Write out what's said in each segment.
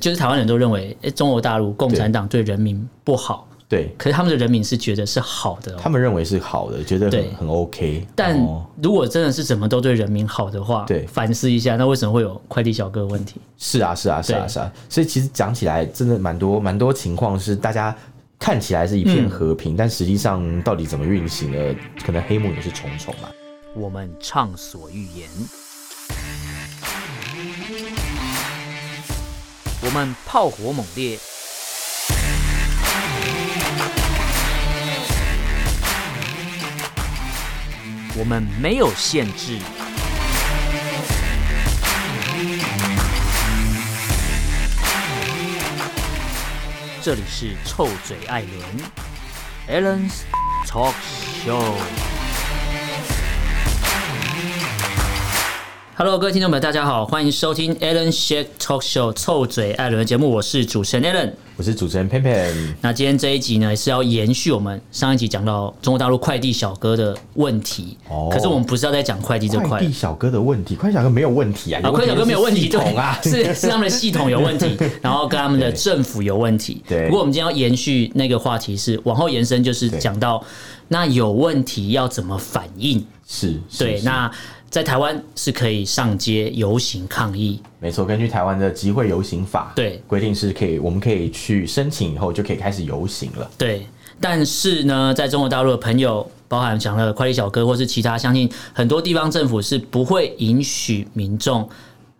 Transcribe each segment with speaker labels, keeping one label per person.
Speaker 1: 就是台湾人都认为，哎，中国大陆共产党对人民不好，
Speaker 2: 对
Speaker 1: 可是他们的人民是觉得是好的、哦。
Speaker 2: 他们认为是好的，觉得
Speaker 1: 对
Speaker 2: 很很 OK，哦
Speaker 1: 但
Speaker 2: 然后
Speaker 1: 如果真的是怎么都对人民好的话，
Speaker 2: 对
Speaker 1: 反思一下，那为什么会有快递小哥的问题？
Speaker 2: 是啊，是啊，是啊，
Speaker 1: 对
Speaker 2: 是啊。所以其实讲起来，真的蛮多蛮多情况是大家看起来是一
Speaker 1: 嗯
Speaker 2: 片和平，但实际上到底怎么运行的，可能黑幕也是重重啊。
Speaker 1: 我们畅所欲言，我们炮火猛烈，我们没有限制。这里是臭嘴艾伦 a l l e n s Talk Show。Hello，各位听众朋友，大家好，欢迎收听 Alan Shake Talk Show 臭嘴艾伦的节目，我是主持人 Alan。
Speaker 2: 我是主持人 Pan Pan，
Speaker 1: 那今天这一集呢，是要延续我们上一集讲到中国大陆快递小哥的问题。
Speaker 2: 哦
Speaker 1: 可是我们不是要再讲快递这块
Speaker 2: 快递。小哥的问题，快递小哥没有问题啊，
Speaker 1: 啊，快递小哥没有问
Speaker 2: 是
Speaker 1: 题，
Speaker 2: 系统啊，
Speaker 1: 对是是他们的系统有问 题，然后跟他们的政府有问题。
Speaker 2: 对
Speaker 1: 不过我们今天要延续那个话题是，往后延伸就是
Speaker 2: 对
Speaker 1: 讲到那有问题要怎么反应。
Speaker 2: 是，是
Speaker 1: 对，
Speaker 2: 是
Speaker 1: 那在台湾是可以上街游行抗议，
Speaker 2: 没错，根据台湾的集会游行法，
Speaker 1: 对
Speaker 2: 规定是可以，我们可以去申请以后就可以开始游行了。
Speaker 1: 对，但是呢，在中国大陆的朋友，包含讲了快递小哥或是其他，相信很多地方政府是不会允许民众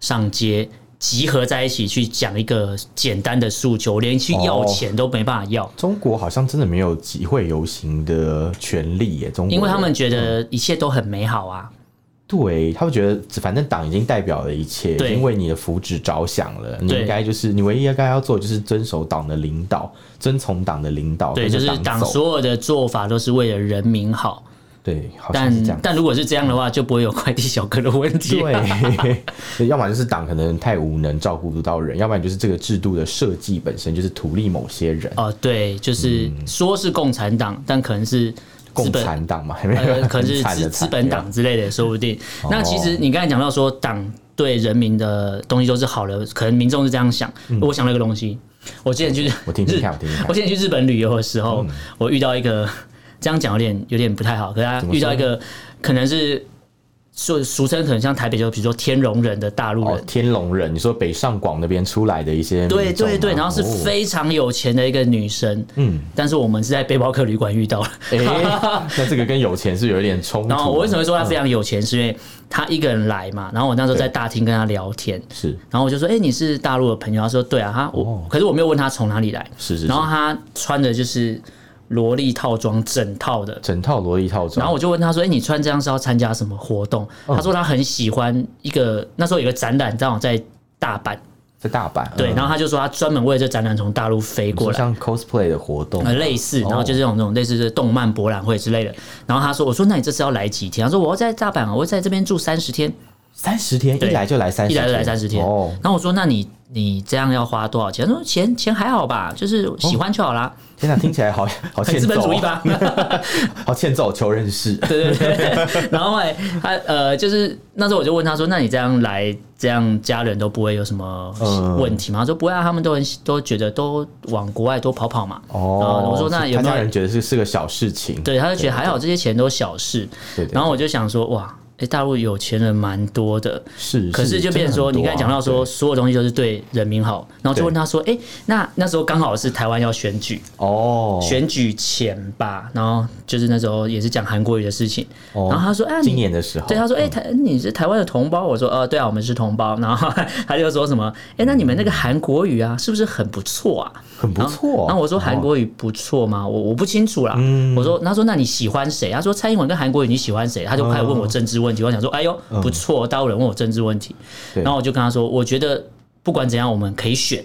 Speaker 1: 上街集合在一起去讲一个简单的诉求，连
Speaker 2: 哦
Speaker 1: 去要钱都没办法要。
Speaker 2: 中国好像真的没有集会游行的权利耶，中国人
Speaker 1: 因为他们觉得一切都很美好啊，
Speaker 2: 对他们觉得，反正党已经代表了一切，已
Speaker 1: 对
Speaker 2: 经为你的福祉着想了，你
Speaker 1: 对
Speaker 2: 应该就是你唯一应该要做的就是遵守党的领导，遵从党的领导，
Speaker 1: 对，
Speaker 2: 跟
Speaker 1: 就是
Speaker 2: 着党
Speaker 1: 党
Speaker 2: 走，
Speaker 1: 所有的做法都是为了人民好，
Speaker 2: 对，好像是
Speaker 1: 但
Speaker 2: 这样。
Speaker 1: 但如果是这样的话，就不会有快递小哥的问题。
Speaker 2: 对， 对要么就是党可能太无能照顾不到人，要不然就是这个制度的设计本身就是图利某些人，
Speaker 1: 哦，对，就是
Speaker 2: 嗯
Speaker 1: 说是共产党，但可能是资
Speaker 2: 共
Speaker 1: 本
Speaker 2: 产党嘛，还没有
Speaker 1: 呃，可能是
Speaker 2: 很惨
Speaker 1: 资
Speaker 2: 的
Speaker 1: 资
Speaker 2: 惨
Speaker 1: 本
Speaker 2: 对啊哦
Speaker 1: 党之类的，说不定。那其实你刚才讲到说，党对人民的东西都是好的，可能民众是这样想。
Speaker 2: 嗯
Speaker 1: 我想到一个东西，我之前去
Speaker 2: 我听听
Speaker 1: 日
Speaker 2: 看，我听听看
Speaker 1: 我。之前去日本旅游的时
Speaker 2: 嗯
Speaker 1: 候，我遇到一个这样讲有点有点不太好，可是他
Speaker 2: 怎么
Speaker 1: 遇到
Speaker 2: 说
Speaker 1: 一个可能是俗俗称可能像台北就比如说天龙人的大陆
Speaker 2: 哦
Speaker 1: 人，，
Speaker 2: 天龙人，你说北上广那边出来的一些
Speaker 1: 对
Speaker 2: 民众
Speaker 1: 对对，
Speaker 2: 吗
Speaker 1: 然后是
Speaker 2: 哦
Speaker 1: 非常有钱的一个女生，嗯，但是我们是在背包客旅馆遇到了。
Speaker 2: 哎、那这个跟有钱是有一点冲突。啊
Speaker 1: 然后我为什么会说他非常有钱，是因为他一个人来嘛。然后我那时候在大厅跟他聊天，
Speaker 2: 是
Speaker 1: 然后我就说：“哎、你是大陆的朋友？”他说：“对啊，他我、可是我没有问他从哪里来。
Speaker 2: 是是是
Speaker 1: 然后他穿的就是萝莉套装整套的。
Speaker 2: 整套萝莉套装，
Speaker 1: 然后我就问他说：“哎、你穿这样是要参加什么活动？”他说他很喜欢一个那时候有个展览，刚好在大阪，
Speaker 2: 在大阪
Speaker 1: 对。
Speaker 2: 嗯
Speaker 1: 然后他就说他专门为了这展览从大陆飞
Speaker 2: 你说
Speaker 1: 过来。
Speaker 2: 像 cosplay 的活动，
Speaker 1: 呃，类似，然后就是这种这种类似的动漫博览会之类的。然后他说：“我说那你这次要来几天？”他说：“我要在大阪，我会在这边住三十天。”
Speaker 2: 三十天一
Speaker 1: 对
Speaker 2: 来就来三十，
Speaker 1: 一来就来三十天。
Speaker 2: 哦，
Speaker 1: 然后我说：“那你你这样要花多少钱？”他说：“钱钱还好吧，就是喜欢就好啦，
Speaker 2: 天哪，听起 来好好
Speaker 1: 很
Speaker 2: 欠
Speaker 1: 资本
Speaker 2: 揍
Speaker 1: 主义
Speaker 2: 哦，
Speaker 1: 吧。
Speaker 2: 好欠揍，求人士。
Speaker 1: 对对对。 然后后来他呃，就是那时候我就问他说：“那你这样来，这样家人都不会有什么
Speaker 2: 嗯
Speaker 1: 问题吗？”他说：“不会啊，他们都很喜都觉得都往国外多跑跑嘛。”
Speaker 2: 哦，
Speaker 1: 啊我说那有
Speaker 2: 他
Speaker 1: 没有
Speaker 2: 家人觉得是是个小事情，
Speaker 1: 对，他就觉得还好，这些钱都小事。
Speaker 2: 对对
Speaker 1: 然后我就想说：“哇，哎，大陆有钱人蛮多的。”
Speaker 2: 是，
Speaker 1: 可是就变成说，
Speaker 2: 啊
Speaker 1: 你刚才讲到说，所有东西都是对人民好，然后就问他说，哎、那那时候刚好是台湾要选举，
Speaker 2: 真的很多啊哦，
Speaker 1: 选举前吧，然后就是那时候也是讲韩国语的事情，
Speaker 2: 哦
Speaker 1: 然后他说，哎、你
Speaker 2: 今年哦的时候，
Speaker 1: 对他说，哎、台你是台湾的同胞，我说，呃，对啊，我们是同胞，然后他就说什么，哎、那你们那个韩国语啊，是不是很不错啊？
Speaker 2: 很不
Speaker 1: 然后
Speaker 2: 错。
Speaker 1: 然后我说韩国语不错吗？我我不清楚啦。
Speaker 2: 嗯
Speaker 1: 我说，他说那你喜欢谁？他说蔡英文跟韩国语你喜欢谁？他就开始问我政治问题。我想说，哎呦，不错，大陆人问我政治问题。
Speaker 2: 嗯对
Speaker 1: 然后我就跟他说，我觉得不管怎样，我们可以选，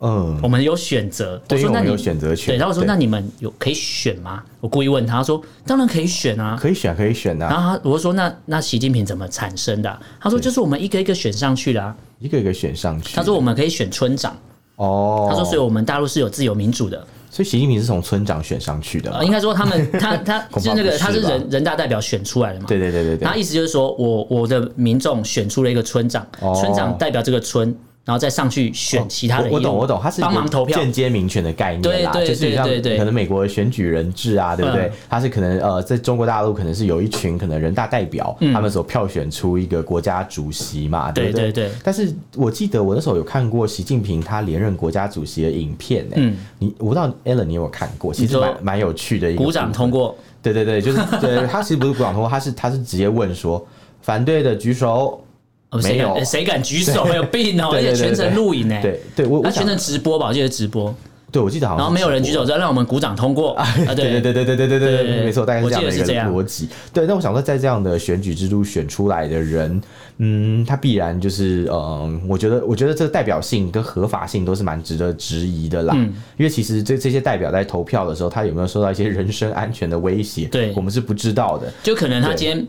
Speaker 2: 嗯，
Speaker 1: 我们有选择。
Speaker 2: 对，因
Speaker 1: 说
Speaker 2: 为
Speaker 1: 那
Speaker 2: 我们
Speaker 1: 你
Speaker 2: 有选择权，
Speaker 1: 对，然后我说那你们有可以选吗？我故意问他，他说当然可以选啊。
Speaker 2: 可以选，可以选啊，
Speaker 1: 然后他我说那那习近平怎么产生的啊、他说就是我们一个一个选上去的、啊。
Speaker 2: 一个一个选上去。
Speaker 1: 他说我们可以选村长。
Speaker 2: 嗯哦，
Speaker 1: 他说所以我们大陆是有自由民主的。
Speaker 2: 所以习近平是从村长选上去的嘛
Speaker 1: 呃，应该说他们 他他
Speaker 2: 恐
Speaker 1: 就
Speaker 2: 怕
Speaker 1: 那
Speaker 2: 不
Speaker 1: 个
Speaker 2: 是
Speaker 1: 他是
Speaker 2: 吧
Speaker 1: 人人大代表选出来的嘛。
Speaker 2: 对对对对
Speaker 1: 然
Speaker 2: 对
Speaker 1: 后，意思就是说我我的民众选出了一个村长，
Speaker 2: 哦
Speaker 1: 村长代表这个村，然后再上去选其他的
Speaker 2: 我我懂
Speaker 1: 用
Speaker 2: 我懂，它是一个
Speaker 1: 帮忙投票，
Speaker 2: 间接民权的概念啦，
Speaker 1: 对对
Speaker 2: 就是
Speaker 1: 对对
Speaker 2: 像
Speaker 1: 对
Speaker 2: 可能美国的选举人制啊，对不对
Speaker 1: 嗯？
Speaker 2: 它是可能呃，在中国大陆可能是有一群可能人大代表，他们所票选出一个国家主席嘛，对不
Speaker 1: 嗯对
Speaker 2: 对
Speaker 1: 对对
Speaker 2: 但是我记得我那时候有看过习近平他连任国家主席的影片呢、
Speaker 1: 嗯
Speaker 2: 你我不知道 Alan 你有没有看过，其
Speaker 1: 你
Speaker 2: 实
Speaker 1: 说
Speaker 2: 蛮蛮有趣的一个
Speaker 1: 鼓掌
Speaker 2: 部分
Speaker 1: 通过。
Speaker 2: 对对对，就是 对，他其实不是鼓掌通过，他是他是直接问说反对的举手，
Speaker 1: 哦谁
Speaker 2: 没有
Speaker 1: 敢谁敢举手？ 有病哦！而
Speaker 2: 对对
Speaker 1: 且
Speaker 2: 对
Speaker 1: 全程录影呢，
Speaker 2: 对对，我我
Speaker 1: 他
Speaker 2: 想
Speaker 1: 全程直播吧，我记得直播，
Speaker 2: 对我记得好像
Speaker 1: 然后没有
Speaker 2: 是
Speaker 1: 人
Speaker 2: 直
Speaker 1: 举
Speaker 2: 播
Speaker 1: 手，再让我们鼓掌通 过啊！
Speaker 2: 对对对对对对
Speaker 1: 对
Speaker 2: 对对，没错，大概是
Speaker 1: 我
Speaker 2: 这样
Speaker 1: 记得
Speaker 2: 的一
Speaker 1: 是这
Speaker 2: 个
Speaker 1: 样
Speaker 2: 逻辑。对，那我想说，在这样的选举制度选出来的人，嗯，他必然就是，嗯，我觉得，我觉得这个代表性跟合法性都是蛮值得质疑的啦。
Speaker 1: 嗯
Speaker 2: 因为其实这这些代表在投票的时候，他有没有受到一些人身安全的威胁，
Speaker 1: 对
Speaker 2: 我们是不知 道的。
Speaker 1: 就可能他
Speaker 2: 对
Speaker 1: 今天。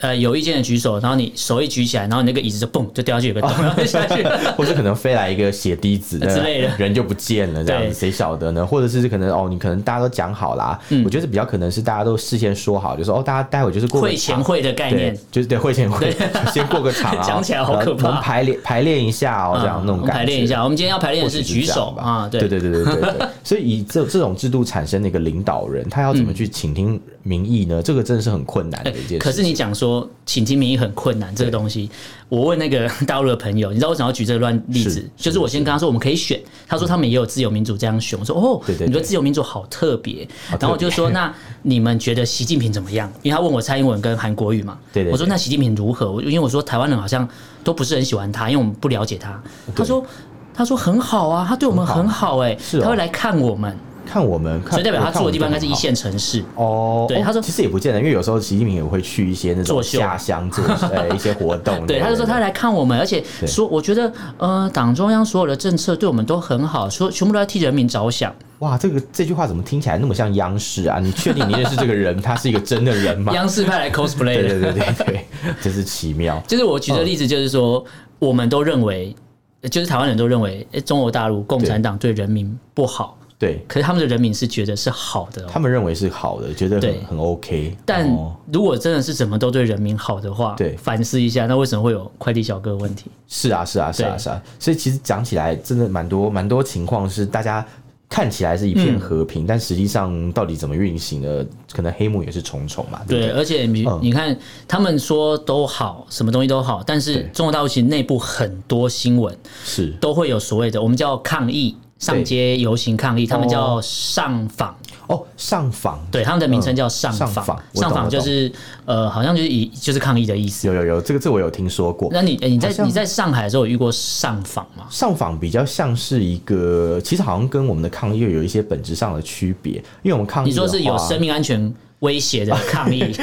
Speaker 1: 呃，有意见的举手，然后你手一举起来，然后你那个椅子就蹦就掉下去，有个洞，然后就下去了。
Speaker 2: 或是可能飞来一个血滴子
Speaker 1: 呃之类的，
Speaker 2: 人就不见了，这样
Speaker 1: 对
Speaker 2: 子谁晓得呢？或者是可能哦，你可能大家都讲好啦，
Speaker 1: 嗯
Speaker 2: 我觉得比较可能是大家都事先说好，就说哦，大家待会 就是过个
Speaker 1: 会前
Speaker 2: 场
Speaker 1: 会的概
Speaker 2: 对
Speaker 1: 念，，
Speaker 2: 就是对会前会，就 先过个场 啊，
Speaker 1: 讲起来好可怕
Speaker 2: 然后我们排练排练一下哦，这样
Speaker 1: 嗯
Speaker 2: 那
Speaker 1: 我
Speaker 2: 种
Speaker 1: 们
Speaker 2: 感觉。
Speaker 1: 排练一下，我们今天要排练
Speaker 2: 或
Speaker 1: 的
Speaker 2: 许
Speaker 1: 是
Speaker 2: 是
Speaker 1: 举
Speaker 2: 这样
Speaker 1: 手
Speaker 2: 吧
Speaker 1: 啊，
Speaker 2: 对对对对对 对，所以以这这种制度产生的一个领导人，他要怎么去倾听民意呢？这个真的是很困难的一件事。
Speaker 1: 嗯哎可是你讲说请听民意很困难这个东西，我问那个 大陆的朋友，你知道为什么要举这个乱例子
Speaker 2: 是？嗯
Speaker 1: 就是我先跟他说我们可以选，他说他们也有自由民主这样选，我说哦，
Speaker 2: 对对
Speaker 1: 你说
Speaker 2: 对
Speaker 1: 自由民主好特别，
Speaker 2: 好特别
Speaker 1: 然后我就说那你们觉得习近平怎么样？因为他问我蔡英文跟韩国瑜嘛，
Speaker 2: 对对对
Speaker 1: 我说那习近平如何？我因为我说台湾人好像都不是很喜欢他，因为我们不了解他。他说他说很好啊，他对我们很好哎、
Speaker 2: 是哦
Speaker 1: 他会来看我们，
Speaker 2: 看我们，看
Speaker 1: 所以代表他
Speaker 2: 看
Speaker 1: 住
Speaker 2: 我
Speaker 1: 的地
Speaker 2: 们
Speaker 1: 方应
Speaker 2: 就
Speaker 1: 该是
Speaker 2: 很
Speaker 1: 一
Speaker 2: 好
Speaker 1: 线城市。
Speaker 2: 哦，
Speaker 1: 对
Speaker 2: 哦
Speaker 1: 他说
Speaker 2: 其实也不见得，因为有时候习近平也会去一些那种
Speaker 1: 作秀
Speaker 2: 下乡做呃一些活 动。
Speaker 1: 对，他就说他来看我们，而且
Speaker 2: 对
Speaker 1: 说我觉得呃，党中央所有的政策对我们都很好，说全部都在替人民着想。
Speaker 2: 哇，这个这句话怎么听起来那么像央视啊？你确定你认识这个人，他是一个真的人吗？
Speaker 1: 央视派来 cosplay
Speaker 2: 对对
Speaker 1: 的，
Speaker 2: 对对对，真是奇妙。
Speaker 1: 就是我举的例子，就是说我们都认为，呃就是台湾人都认为，诶中国大陆共产党对人民不好，
Speaker 2: 对
Speaker 1: 可是他们的人民是觉得是好的、
Speaker 2: 他
Speaker 1: 哦。
Speaker 2: 们认为是好的，觉得
Speaker 1: 对
Speaker 2: 很很 OK，
Speaker 1: 但
Speaker 2: 哦
Speaker 1: 如果真的是怎么都对人民好的话，
Speaker 2: 对
Speaker 1: 反思一下，那为什么会有快递小哥的问题？
Speaker 2: 是啊是啊是啊
Speaker 1: 对
Speaker 2: 是啊，所以其实讲起来真的蛮多蛮多情况是大家。看起来是一片和平，
Speaker 1: 嗯
Speaker 2: 但实际上到底怎么运行的，可能黑幕也是重重嘛，对不
Speaker 1: 对，而且你、
Speaker 2: 嗯
Speaker 1: 你看，他们说都好，什么东西都好，但是
Speaker 2: 对
Speaker 1: 中国大陆其实内部很多新闻，
Speaker 2: 是
Speaker 1: 都会有所谓的，我们叫抗议。上街游行抗议，他们叫上访，
Speaker 2: 哦，上访
Speaker 1: 对，他们的名称叫上访。
Speaker 2: 上访我懂
Speaker 1: 上访就是呃，好像就是以就是抗议的意思。
Speaker 2: 有有有，这个这个我有听说过。
Speaker 1: 那你、诶你在
Speaker 2: 好像
Speaker 1: 你在上海的时候有遇过上访吗？
Speaker 2: 上访比较像是一个，其实好像跟我们的抗议又有一些本质上的区别，因为我们抗议
Speaker 1: 你说是
Speaker 2: 的
Speaker 1: 有
Speaker 2: 话
Speaker 1: 生命安全威胁的抗议，
Speaker 2: 你知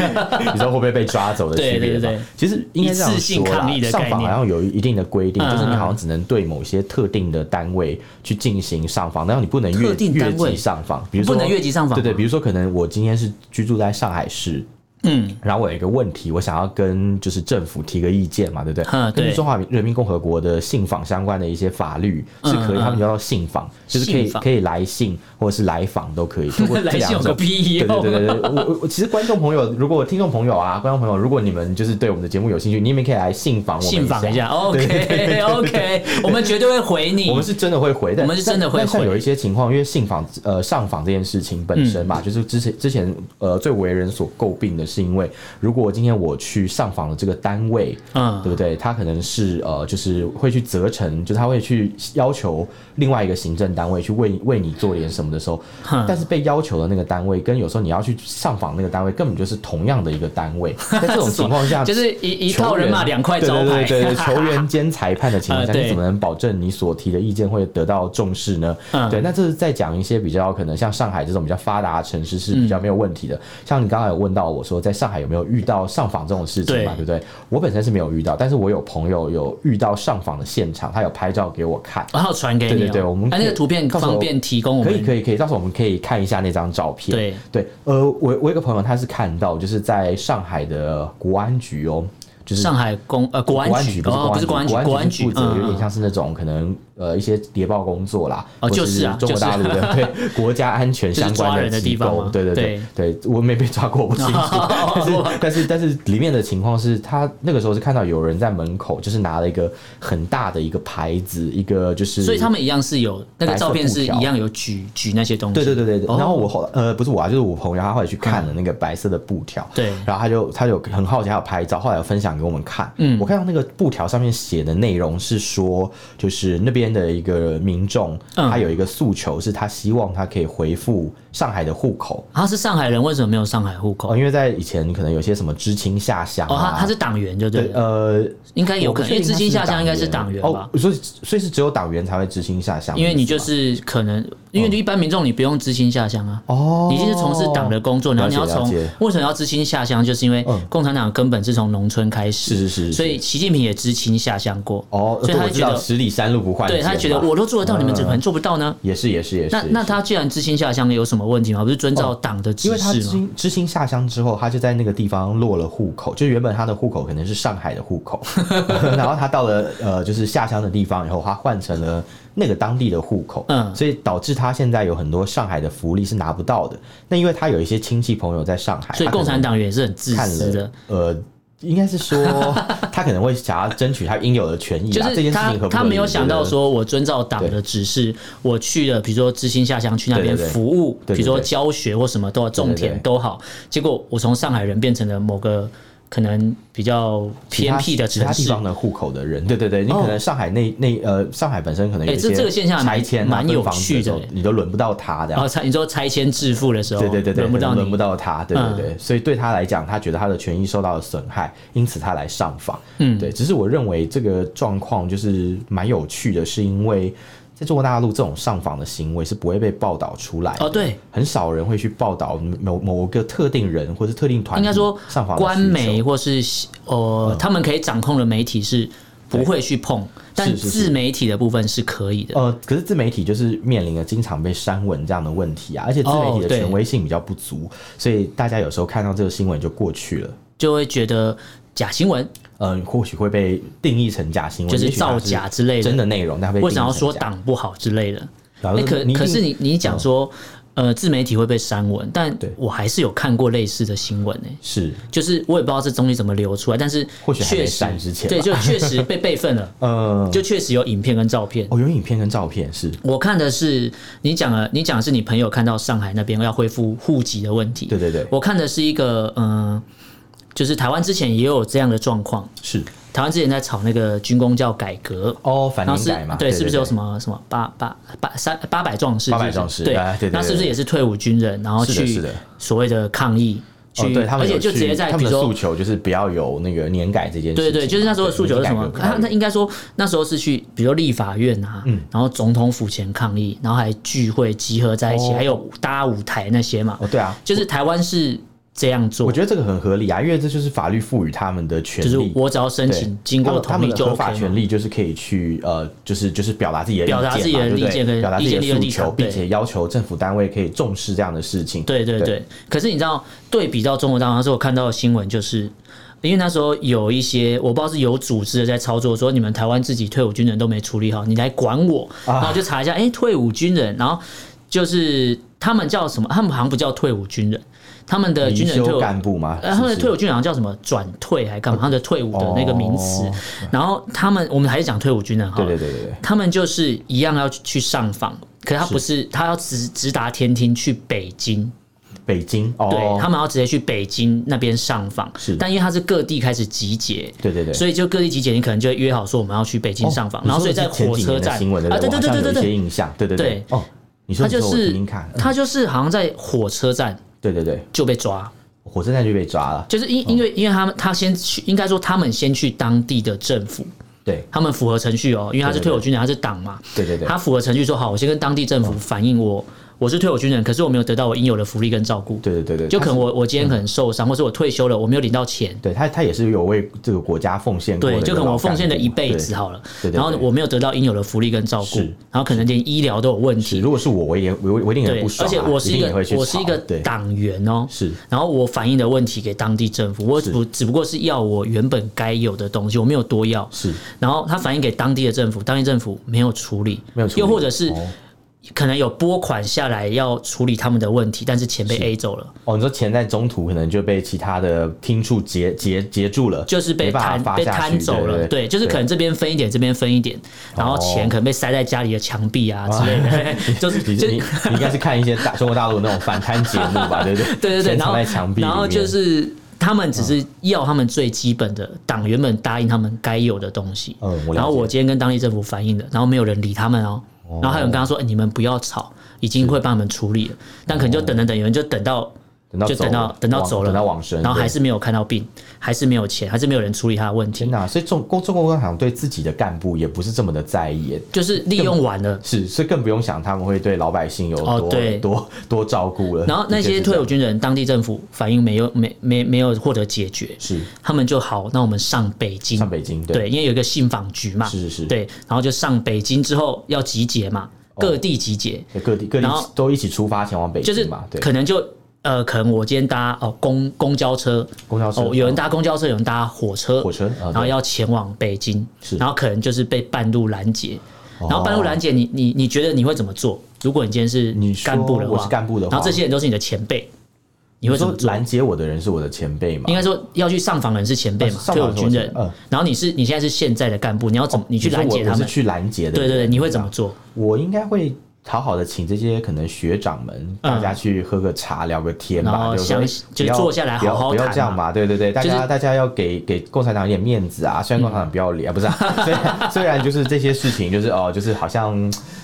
Speaker 2: 道会不会被抓走的区别
Speaker 1: 对对
Speaker 2: 吧
Speaker 1: 对对
Speaker 2: 其实应该这样
Speaker 1: 一次性
Speaker 2: 说啦
Speaker 1: 抗议的概
Speaker 2: 上
Speaker 1: 念
Speaker 2: 访好像有一定的规定，
Speaker 1: 嗯
Speaker 2: 就是你好像只能对某些特定的单位去进行上访，然后你不能越
Speaker 1: 特定单
Speaker 2: 越
Speaker 1: 位
Speaker 2: 级上访，比如说
Speaker 1: 不能越级上访
Speaker 2: 对对，
Speaker 1: 吗
Speaker 2: 比如说可能我今天是居住在上海市。
Speaker 1: 嗯，
Speaker 2: 然后我有一个问题，我想要跟就是政府提个意见嘛，对不对？
Speaker 1: 嗯对
Speaker 2: 根据中华人民共和国的信访相关的一些法律是可
Speaker 1: 嗯
Speaker 2: 以，
Speaker 1: 嗯
Speaker 2: 他们叫做信访，就是可以
Speaker 1: 信访
Speaker 2: 可以来信或者是来访都可以。通过这
Speaker 1: 来信
Speaker 2: 两
Speaker 1: 有个
Speaker 2: 种
Speaker 1: 屁用！
Speaker 2: 对对对对，对我我我其实观众朋友，如果听众朋友啊， 观众朋友，如果你们就是对我们的节目有兴趣，你们可以来信访我们
Speaker 1: 信访一下
Speaker 2: 对对对
Speaker 1: ，OK OK，我们绝对会回你。
Speaker 2: 我们是真的会回，但
Speaker 1: 我们是真的会
Speaker 2: 但但像
Speaker 1: 回
Speaker 2: 有一些情况，因为信访呃上访这件事情本身
Speaker 1: 嗯
Speaker 2: 嘛，就是之前之前呃最为人所诟病的是，因为如果今天我去上访的这个单位，
Speaker 1: 嗯
Speaker 2: 对不对？他可能是呃就是会去责成，就他会去要求另外一个行政单位去为为你做点什么的时候，
Speaker 1: 哼
Speaker 2: 但是被要求的那个单位跟有时候你要去上访那个单位根本就是同样的一个单 位，在这种情况下，
Speaker 1: 就是一一套人马两块招牌，
Speaker 2: 啊对对对 对对，球员兼裁判的情况下，
Speaker 1: 呃对
Speaker 2: 你怎么能保证你所提的意见会得到重视呢？
Speaker 1: 嗯
Speaker 2: 对，那这是在讲一些比较可能像上海这种比较发达的城市是比较没有问
Speaker 1: 嗯
Speaker 2: 题的。像你刚刚有问到我说，在上海有没有遇到上访这种事情嘛？
Speaker 1: 对
Speaker 2: 对不对？我本身是没有遇到，但是我有朋友有遇到上访的现场，他有拍照给我看。
Speaker 1: 然后传给你哦。
Speaker 2: 对对对我们
Speaker 1: 啊那
Speaker 2: 可
Speaker 1: 个
Speaker 2: 以
Speaker 1: 图片
Speaker 2: 到时候
Speaker 1: 方便提供我
Speaker 2: 可
Speaker 1: 们。
Speaker 2: 以可以可以，到时候我们可以看一下那张照片。
Speaker 1: 对
Speaker 2: 对，呃，我我有一个朋友他是看到，就是在上海的国安局哦，就是
Speaker 1: 上海公呃国
Speaker 2: 国
Speaker 1: 安
Speaker 2: 安
Speaker 1: 局
Speaker 2: 不是
Speaker 1: 哦，不是
Speaker 2: 国
Speaker 1: 国安局，
Speaker 2: 国
Speaker 1: 国安
Speaker 2: 安
Speaker 1: 局
Speaker 2: 负责有点
Speaker 1: 嗯
Speaker 2: 像是那种可能呃一些谍报工作啦，
Speaker 1: 哦
Speaker 2: 或者
Speaker 1: 就是
Speaker 2: 是
Speaker 1: 啊
Speaker 2: 中国大陆的、对国家安全
Speaker 1: 就是
Speaker 2: 相
Speaker 1: 抓
Speaker 2: 关
Speaker 1: 人的地
Speaker 2: 机
Speaker 1: 方
Speaker 2: 构
Speaker 1: 嘛，
Speaker 2: 对对对，我没被抓过，我不清楚。但是但是但是里面的情况是他那个时候是看到有人在门口，就是拿了一个很大的一个牌子，一个就是
Speaker 1: 所以他们一样是有那个
Speaker 2: 白色
Speaker 1: 照片是
Speaker 2: 布条
Speaker 1: 一样有举举那些东西，
Speaker 2: 对对对对对，
Speaker 1: 哦嗯
Speaker 2: 然后我后来呃不是我啊，就是我朋友，他后来去看了那个白色的布条，
Speaker 1: 对
Speaker 2: 然后他就他就很好奇，他有拍照，后来有分享给我们看。嗯，我看到那个布条上面写的内容是说，就是那边的一个民众，
Speaker 1: 嗯
Speaker 2: 他有一个诉求，是他希望他可以回复上海的户口。
Speaker 1: 啊他是上海人，为什么没有上海户口
Speaker 2: 哦，？因为在以前可能有些什么知青下乡
Speaker 1: 哦，他
Speaker 2: 啊，
Speaker 1: 他是党员就对
Speaker 2: 对
Speaker 1: 了，
Speaker 2: 呃，
Speaker 1: 应该有可能，因为知青下乡应该是党员吧
Speaker 2: 哦。，所以所以是只有党员才会知青下乡，
Speaker 1: 因为你
Speaker 2: 是
Speaker 1: 就
Speaker 2: 吗
Speaker 1: 是可能，因为一般民众你不用知青下乡啊，
Speaker 2: 哦，
Speaker 1: 你已经是从事党的工作，然后你要
Speaker 2: 了解了
Speaker 1: 从
Speaker 2: 解嗯
Speaker 1: 为什么要知青下乡，就是因为共产党根本是从农村开始，
Speaker 2: 是是是是
Speaker 1: 所以习近平也知青下乡过，
Speaker 2: 哦，
Speaker 1: 所以
Speaker 2: 对
Speaker 1: 他
Speaker 2: 我
Speaker 1: 就
Speaker 2: 知
Speaker 1: 觉
Speaker 2: 道
Speaker 1: 得
Speaker 2: 十里山路不换肩
Speaker 1: 对
Speaker 2: 嘛，
Speaker 1: 他觉得我都做得到，你们怎么可能做不到呢？
Speaker 2: 也是也是嗯也是。
Speaker 1: 那
Speaker 2: 也是
Speaker 1: 那他既然知青下乡有什么问题吗？不是遵照党的指
Speaker 2: 因为他知
Speaker 1: 示吗？
Speaker 2: 青知青下乡之后，他就在那个地方落了户口，就原本他的户口可能是上海的 户口， 然后他到了呃就是下乡的地方以后，他换成了那个当地的户口，
Speaker 1: 嗯
Speaker 2: 所以导致他现在有很多上海的福利是拿不到的。那因为他有一些亲戚朋友在上海，
Speaker 1: 所以
Speaker 2: 他可
Speaker 1: 共
Speaker 2: 能
Speaker 1: 产党员也是很自
Speaker 2: 看
Speaker 1: 私
Speaker 2: 了
Speaker 1: 的，
Speaker 2: 呃。应该 是说，他可能会想要争取他应有的权益
Speaker 1: 就
Speaker 2: 啊。这
Speaker 1: 是
Speaker 2: 件事
Speaker 1: 他
Speaker 2: 情合不
Speaker 1: 他
Speaker 2: 合
Speaker 1: 没有
Speaker 2: 理
Speaker 1: 想
Speaker 2: 我觉
Speaker 1: 到
Speaker 2: 得
Speaker 1: 说我遵照党的指示，我去了，比如说知青下乡去那边
Speaker 2: 对对对
Speaker 1: 服务，
Speaker 2: 对对对
Speaker 1: 比如说教学或什么都要种
Speaker 2: 对对
Speaker 1: 田
Speaker 2: 对
Speaker 1: 都好，结果我从上海人变成了某个可能比较
Speaker 2: 其
Speaker 1: 偏
Speaker 2: 他
Speaker 1: 僻的
Speaker 2: 其他
Speaker 1: 城
Speaker 2: 地
Speaker 1: 市。
Speaker 2: 方的户口的人，对对对，你
Speaker 1: 哦
Speaker 2: 可能上海那那呃，上海本身可能有
Speaker 1: 哎
Speaker 2: 一
Speaker 1: 这
Speaker 2: 些
Speaker 1: 这个现象还蛮
Speaker 2: 拆迁啊
Speaker 1: 蛮
Speaker 2: 分
Speaker 1: 有
Speaker 2: 房子
Speaker 1: 趣的
Speaker 2: 时候
Speaker 1: 哎
Speaker 2: 你都轮不到他的
Speaker 1: 然。后拆，你说拆迁致富的时候，
Speaker 2: 对对对对，
Speaker 1: 轮不到
Speaker 2: 可能轮
Speaker 1: 你嗯
Speaker 2: 不。到他，对对对，所以对他来讲，他觉得他的权益受到了损害，因此他来上访。
Speaker 1: 嗯
Speaker 2: 对，只是我认为这个状况就是蛮有趣的，是因为在中国大陆这种上访的行为是不会被报道出来的
Speaker 1: 哦，对，
Speaker 2: 很少人会去报道某某个特定人或是特定团
Speaker 1: 应
Speaker 2: 体
Speaker 1: 该说
Speaker 2: 上访的
Speaker 1: 官
Speaker 2: 需求
Speaker 1: 媒或是
Speaker 2: 嗯
Speaker 1: 呃，他们可以掌控的媒体是不会去碰，但
Speaker 2: 是是
Speaker 1: 自媒体的部分是可以的。
Speaker 2: 呃，可是自媒体就是面临了经常被删文这样的问题啊，而且自媒
Speaker 1: 哦
Speaker 2: 体的
Speaker 1: 对
Speaker 2: 权威性比较不足，所以大家有时候看到这个新闻就过去了。
Speaker 1: 就会觉得假新闻
Speaker 2: 嗯、或许会被定义成假新闻，
Speaker 1: 就是
Speaker 2: 也许它
Speaker 1: 造假之类的
Speaker 2: 真的内容，它被
Speaker 1: 为什么要
Speaker 2: 定义成
Speaker 1: 说
Speaker 2: 假？
Speaker 1: 党不好之类的？
Speaker 2: 然
Speaker 1: 哎、
Speaker 2: 后
Speaker 1: 可
Speaker 2: 你一
Speaker 1: 可是
Speaker 2: 定
Speaker 1: 你你讲说，呃，自媒体会被删文，但
Speaker 2: 对
Speaker 1: 我还是有看过类似的新闻呢、欸
Speaker 2: 是
Speaker 1: 就是我也不知道这东西怎么流出来，但是
Speaker 2: 或许还没
Speaker 1: 确实
Speaker 2: 删之前吧
Speaker 1: 对，就确实被备份 了，
Speaker 2: 呃，
Speaker 1: 就确实有影片跟照片。
Speaker 2: 哦，有影片跟照片是
Speaker 1: 我看的是你讲了，你讲的是你朋友看到上海那边要恢复户籍的问题。
Speaker 2: 对对对
Speaker 1: 我看的是一个嗯、呃就是台湾之前也有这样的状况，
Speaker 2: 是
Speaker 1: 台湾之前在炒那个军工教改革，
Speaker 2: 哦，反
Speaker 1: 然后
Speaker 2: 年
Speaker 1: 是
Speaker 2: 改嘛，
Speaker 1: 对，是不是有什
Speaker 2: 么？
Speaker 1: 么什么八八八三八百壮士？
Speaker 2: 八百
Speaker 1: 是不是
Speaker 2: 壮士
Speaker 1: 对
Speaker 2: 哎对对对
Speaker 1: 那是不是也是退伍军人，然后
Speaker 2: 是的
Speaker 1: 去
Speaker 2: 是的
Speaker 1: 所谓的抗议，
Speaker 2: 哦，
Speaker 1: 去，
Speaker 2: 对他们
Speaker 1: 而且
Speaker 2: 有
Speaker 1: 就直
Speaker 2: 去
Speaker 1: 接在
Speaker 2: 他
Speaker 1: 比
Speaker 2: 们
Speaker 1: 如
Speaker 2: 的
Speaker 1: 说
Speaker 2: 诉。求就是不要有那个年改这件事情
Speaker 1: 对
Speaker 2: 嘛。
Speaker 1: 对，就是那时候的诉求是什么
Speaker 2: 对？
Speaker 1: 他他应该说那时候是去，比如说立法院啊，
Speaker 2: 嗯
Speaker 1: 然后总统府前抗议，然后还聚会集合在一起，
Speaker 2: 哦
Speaker 1: 还有搭舞台那些嘛
Speaker 2: 哦，。对啊，
Speaker 1: 就是台湾是这样做
Speaker 2: 我，觉得这个很合理啊，因为这就是法律赋予他们的权
Speaker 1: 就
Speaker 2: 利。
Speaker 1: 是我只要申
Speaker 2: 对
Speaker 1: 请经过
Speaker 2: 他
Speaker 1: 同意
Speaker 2: 们他们
Speaker 1: 就
Speaker 2: 的合
Speaker 1: OK
Speaker 2: 法
Speaker 1: 嘛。
Speaker 2: 权利就是可以去呃，就是就是表达自己的意见嘛
Speaker 1: 表达自己的
Speaker 2: 对不对
Speaker 1: 意见跟
Speaker 2: 表达自己
Speaker 1: 意见
Speaker 2: 的
Speaker 1: 跟
Speaker 2: 诉
Speaker 1: 立
Speaker 2: 求，
Speaker 1: 场
Speaker 2: 并
Speaker 1: 对
Speaker 2: 且要求政府单位可以重视这样的事情。
Speaker 1: 对对对。可是你知道，对比到中国大陆，那时候我看到的新闻就是。因为那时候有一些我不知道是有组织的在操作，说你们台湾自己退伍军人都没处理好，你来管我，然后就查一下，哎、退伍军人，然后就是他们叫什么？他们好像不叫退伍军人，他们的军
Speaker 2: 离
Speaker 1: 人退
Speaker 2: 休
Speaker 1: 伍
Speaker 2: 干部嘛，
Speaker 1: 呃，他们的退
Speaker 2: 伍
Speaker 1: 伍军人好像叫什么转退还干嘛？他们的退伍的那个名词。
Speaker 2: 哦
Speaker 1: 然后他们，我们还是讲退伍军人哈。
Speaker 2: 对对对对对，
Speaker 1: 他们就是一样要去上访，可是他不是，他要直直达天庭去北京，
Speaker 2: 北京哦，
Speaker 1: 对他们要直接去北京那边上访。
Speaker 2: 是
Speaker 1: 但因为他是各地开始集结。
Speaker 2: 对对对，
Speaker 1: 所以就各地集结，你可能就会约好说我们要去北京上访，
Speaker 2: 哦
Speaker 1: 然后所以
Speaker 2: 你
Speaker 1: 在
Speaker 2: 说的是前
Speaker 1: 火
Speaker 2: 几
Speaker 1: 车
Speaker 2: 年的
Speaker 1: 站
Speaker 2: 新闻
Speaker 1: 啊，对
Speaker 2: 对
Speaker 1: 对
Speaker 2: 我好
Speaker 1: 对对
Speaker 2: 像有一些
Speaker 1: 对，
Speaker 2: 印象，对对
Speaker 1: 对
Speaker 2: 哦，你说
Speaker 1: 他就
Speaker 2: 你说我听
Speaker 1: 是
Speaker 2: 听看，嗯
Speaker 1: 他就是好像在火车站
Speaker 2: 对对对，
Speaker 1: 就被抓，
Speaker 2: 火车站就被抓了，
Speaker 1: 就是因因为因为他们他先去，应该说他们先去当地的政府，
Speaker 2: 对
Speaker 1: 他们符合程序哦，因为他是
Speaker 2: 对对
Speaker 1: 退伍军人，他是党嘛，
Speaker 2: 对对对
Speaker 1: 他符合程序说好，我先跟当地政府反映我我是退伍军人，可是我没有得到我应有的福利跟照顾，
Speaker 2: 对对对对，
Speaker 1: 就可能
Speaker 2: 他是
Speaker 1: 我我今天可能受伤，或是我退休了，我没有领到钱，
Speaker 2: 对他他也是有为这个国家奉献过的
Speaker 1: 对，
Speaker 2: 一个
Speaker 1: 就可能我
Speaker 2: 老干
Speaker 1: 奉献了
Speaker 2: 部
Speaker 1: 一辈子
Speaker 2: 对
Speaker 1: 好了，
Speaker 2: 对对对
Speaker 1: 然后我没有得到应有的福利跟照顾
Speaker 2: 是，
Speaker 1: 然后可能连医疗都有问
Speaker 2: 是
Speaker 1: 题，
Speaker 2: 如果是我，我也我我一定很
Speaker 1: 对
Speaker 2: 不，
Speaker 1: 而
Speaker 2: 爽啊、
Speaker 1: 且我是一
Speaker 2: 定
Speaker 1: 个
Speaker 2: 也会去
Speaker 1: 我是一
Speaker 2: 吵
Speaker 1: 个
Speaker 2: 对
Speaker 1: 党员哦，
Speaker 2: 是
Speaker 1: 然后我反映的问题给当地政府，我
Speaker 2: 是
Speaker 1: 只只不过是要我原本该有的东西，我没有多要，
Speaker 2: 是
Speaker 1: 然后他反映给当地的政府，当地政府没有处理，
Speaker 2: 没有处理，
Speaker 1: 又或者是
Speaker 2: 哦
Speaker 1: 可能有拨款下来要处理他们的问题，但是钱被 A 走了，
Speaker 2: 哦，你说钱在中途可能就被其他的厅处截截截住了，
Speaker 1: 就是被
Speaker 2: 没办法
Speaker 1: 摊
Speaker 2: 发
Speaker 1: 被
Speaker 2: 下
Speaker 1: 摊
Speaker 2: 去
Speaker 1: 走了，
Speaker 2: 对哦
Speaker 1: 对，就是可能这边分一点，这边分一点，然后钱可能被塞在家里的墙壁啊之类 的， 就是
Speaker 2: 你
Speaker 1: 就
Speaker 2: 你你应该是看一些大中国大陆那种反贪节目吧，对不对？
Speaker 1: 对对对，
Speaker 2: 钱
Speaker 1: 然
Speaker 2: 藏
Speaker 1: 后
Speaker 2: 在墙壁里
Speaker 1: 然后就
Speaker 2: 面嗯
Speaker 1: 是。他们只是要他们最基本的，党原本答应他们该有的东西。
Speaker 2: 嗯我了解
Speaker 1: 然后我今天跟当地政府反映了，然后没有人理他们哦。然后还有人跟他说：“哎你们不要吵，已经会帮你们处理了。”但可能就等等等，有人就等到
Speaker 2: 哦等到
Speaker 1: 就
Speaker 2: 走
Speaker 1: 等到
Speaker 2: 了
Speaker 1: 等到
Speaker 2: 往
Speaker 1: 走了，
Speaker 2: 等到往生，
Speaker 1: 然后还
Speaker 2: 对
Speaker 1: 是没有看到病，还是没有钱，还是没有人处理他的问题
Speaker 2: 天，哪！所以中中国共产党对自己的干部也不是这么的在意耶，
Speaker 1: 就是利用完了。
Speaker 2: 是，所以更不用想他们会对老百姓有多、
Speaker 1: 哦对
Speaker 2: 多多照顾了。
Speaker 1: 然后那
Speaker 2: 的确
Speaker 1: 些
Speaker 2: 是这
Speaker 1: 退伍
Speaker 2: 样
Speaker 1: 军人，当地政府反应没有没没没有获得解决，
Speaker 2: 是
Speaker 1: 他们就好，那我们上北京
Speaker 2: 上，北京对
Speaker 1: 对，因为有一个信访局嘛，
Speaker 2: 是是哦是
Speaker 1: 对，然后就上北京之后要集结嘛，各地集结，
Speaker 2: 对各地各地
Speaker 1: 然后
Speaker 2: 都一起出发前往北
Speaker 1: 就是
Speaker 2: 京嘛，对，
Speaker 1: 可能就呃，可能我今天搭哦公公交车，
Speaker 2: 公交车
Speaker 1: 哦，有人
Speaker 2: 哦
Speaker 1: 搭公交车，有人搭火车，
Speaker 2: 火车啊
Speaker 1: 然后
Speaker 2: 对
Speaker 1: 要前往北京，
Speaker 2: 是
Speaker 1: 然后可能就是被半路拦截，然后半路
Speaker 2: 哦
Speaker 1: 拦截你，你你觉得你会怎么做？如果你今天是
Speaker 2: 你说
Speaker 1: 干部的
Speaker 2: 我
Speaker 1: 话，
Speaker 2: 是干部的
Speaker 1: 然后
Speaker 2: 话
Speaker 1: 这些人都是你的前辈，你会
Speaker 2: 你
Speaker 1: 怎
Speaker 2: 说
Speaker 1: 么做？
Speaker 2: 拦截我的人是我的前辈嘛？
Speaker 1: 应该说要去上访的人是前辈嘛
Speaker 2: 啊，上
Speaker 1: 退
Speaker 2: 访
Speaker 1: 伍
Speaker 2: 的
Speaker 1: 军
Speaker 2: 是我前
Speaker 1: 人
Speaker 2: 辈嗯，哦
Speaker 1: 然后你是你现在是现在的干部，你要怎哦么你去
Speaker 2: 你说
Speaker 1: 拦截
Speaker 2: 我
Speaker 1: 他
Speaker 2: 我是
Speaker 1: 们？
Speaker 2: 去拦截的，
Speaker 1: 对对对，你会怎么？做？
Speaker 2: 我应该会。好好的，请这些可能学长们，大家去喝个茶，聊个天
Speaker 1: 嗯然
Speaker 2: 吧，
Speaker 1: 后
Speaker 2: 就是说
Speaker 1: 相
Speaker 2: 哎
Speaker 1: 就
Speaker 2: 不要
Speaker 1: 坐下来
Speaker 2: 不要
Speaker 1: 好好
Speaker 2: 不要
Speaker 1: 谈
Speaker 2: 这样
Speaker 1: 嘛
Speaker 2: 嘛，对对对，大
Speaker 1: 就是
Speaker 2: 家大家要给给共产党一点面子啊，虽然共产党不要脸， 啊不是啊，虽然虽然就是这些事情，就是哦，就是好像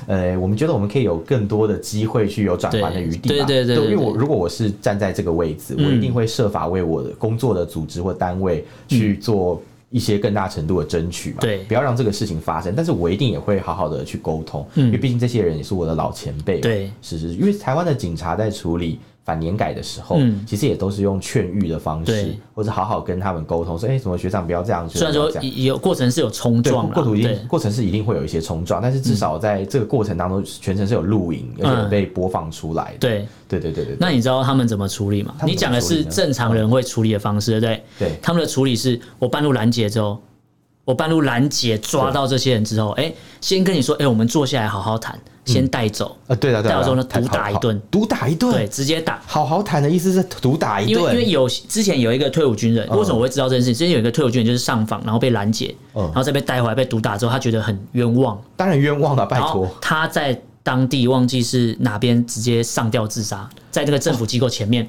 Speaker 2: 呃，我们觉得我们可以有更多的机会去有转圜的余地嘛，
Speaker 1: 对对对对对
Speaker 2: 因为我如果我是站在这个位置，我一
Speaker 1: 嗯
Speaker 2: 定会设法为我的工作的组织或单位去
Speaker 1: 嗯
Speaker 2: 做。一些更大程度的争取嘛，
Speaker 1: 对
Speaker 2: 不要让这个事情发生。但是我一定也会好好的去沟通，
Speaker 1: 嗯
Speaker 2: 因为毕竟这些人也是我的老前辈嘛，
Speaker 1: 对
Speaker 2: 是是，因为台湾的警察在处理反年改的时候，
Speaker 1: 嗯
Speaker 2: 其实也都是用劝喻的方式
Speaker 1: 对，
Speaker 2: 或者好好跟他们沟通，说，哎、怎么学长不要这样，
Speaker 1: 虽然
Speaker 2: 学
Speaker 1: 说
Speaker 2: 长不要这样。
Speaker 1: 有过程是有冲
Speaker 2: 对，
Speaker 1: 撞啦
Speaker 2: 过程一
Speaker 1: 对
Speaker 2: 定过程是一定会有一些冲撞，但是至少在这个过程当中，全程是有录影，而且有被播放出来的。
Speaker 1: 嗯对，
Speaker 2: 对对对对对，
Speaker 1: 那你知道他们怎么处理吗？
Speaker 2: 他们
Speaker 1: 你讲的
Speaker 2: 怎么
Speaker 1: 是
Speaker 2: 处理呢
Speaker 1: 正常人会处理的方式，对不对？
Speaker 2: 对
Speaker 1: 他们的处理是我半路拦截之后，我半路拦截抓到这些人之后，哎，先跟你说，哎，我们坐下来好好谈，先带走，
Speaker 2: 呃，对的对
Speaker 1: 到
Speaker 2: 的，
Speaker 1: 时候呢
Speaker 2: 太
Speaker 1: 毒打一，顿
Speaker 2: 好好毒打一
Speaker 1: 对，
Speaker 2: 顿，
Speaker 1: 直接打。
Speaker 2: 好好谈的意思是毒打一
Speaker 1: 因为因
Speaker 2: 顿，
Speaker 1: 为有之前有一个退伍军人，为什么我会知道这件事情？之前有一个退伍军人就是上访，然后被拦截，
Speaker 2: 嗯
Speaker 1: 然后再被带回来被毒打之后，他觉得很冤枉，
Speaker 2: 当然冤枉了，拜
Speaker 1: 然后
Speaker 2: 托，
Speaker 1: 他在当地忘记是哪边直接上吊自杀，在那个政府机构前面，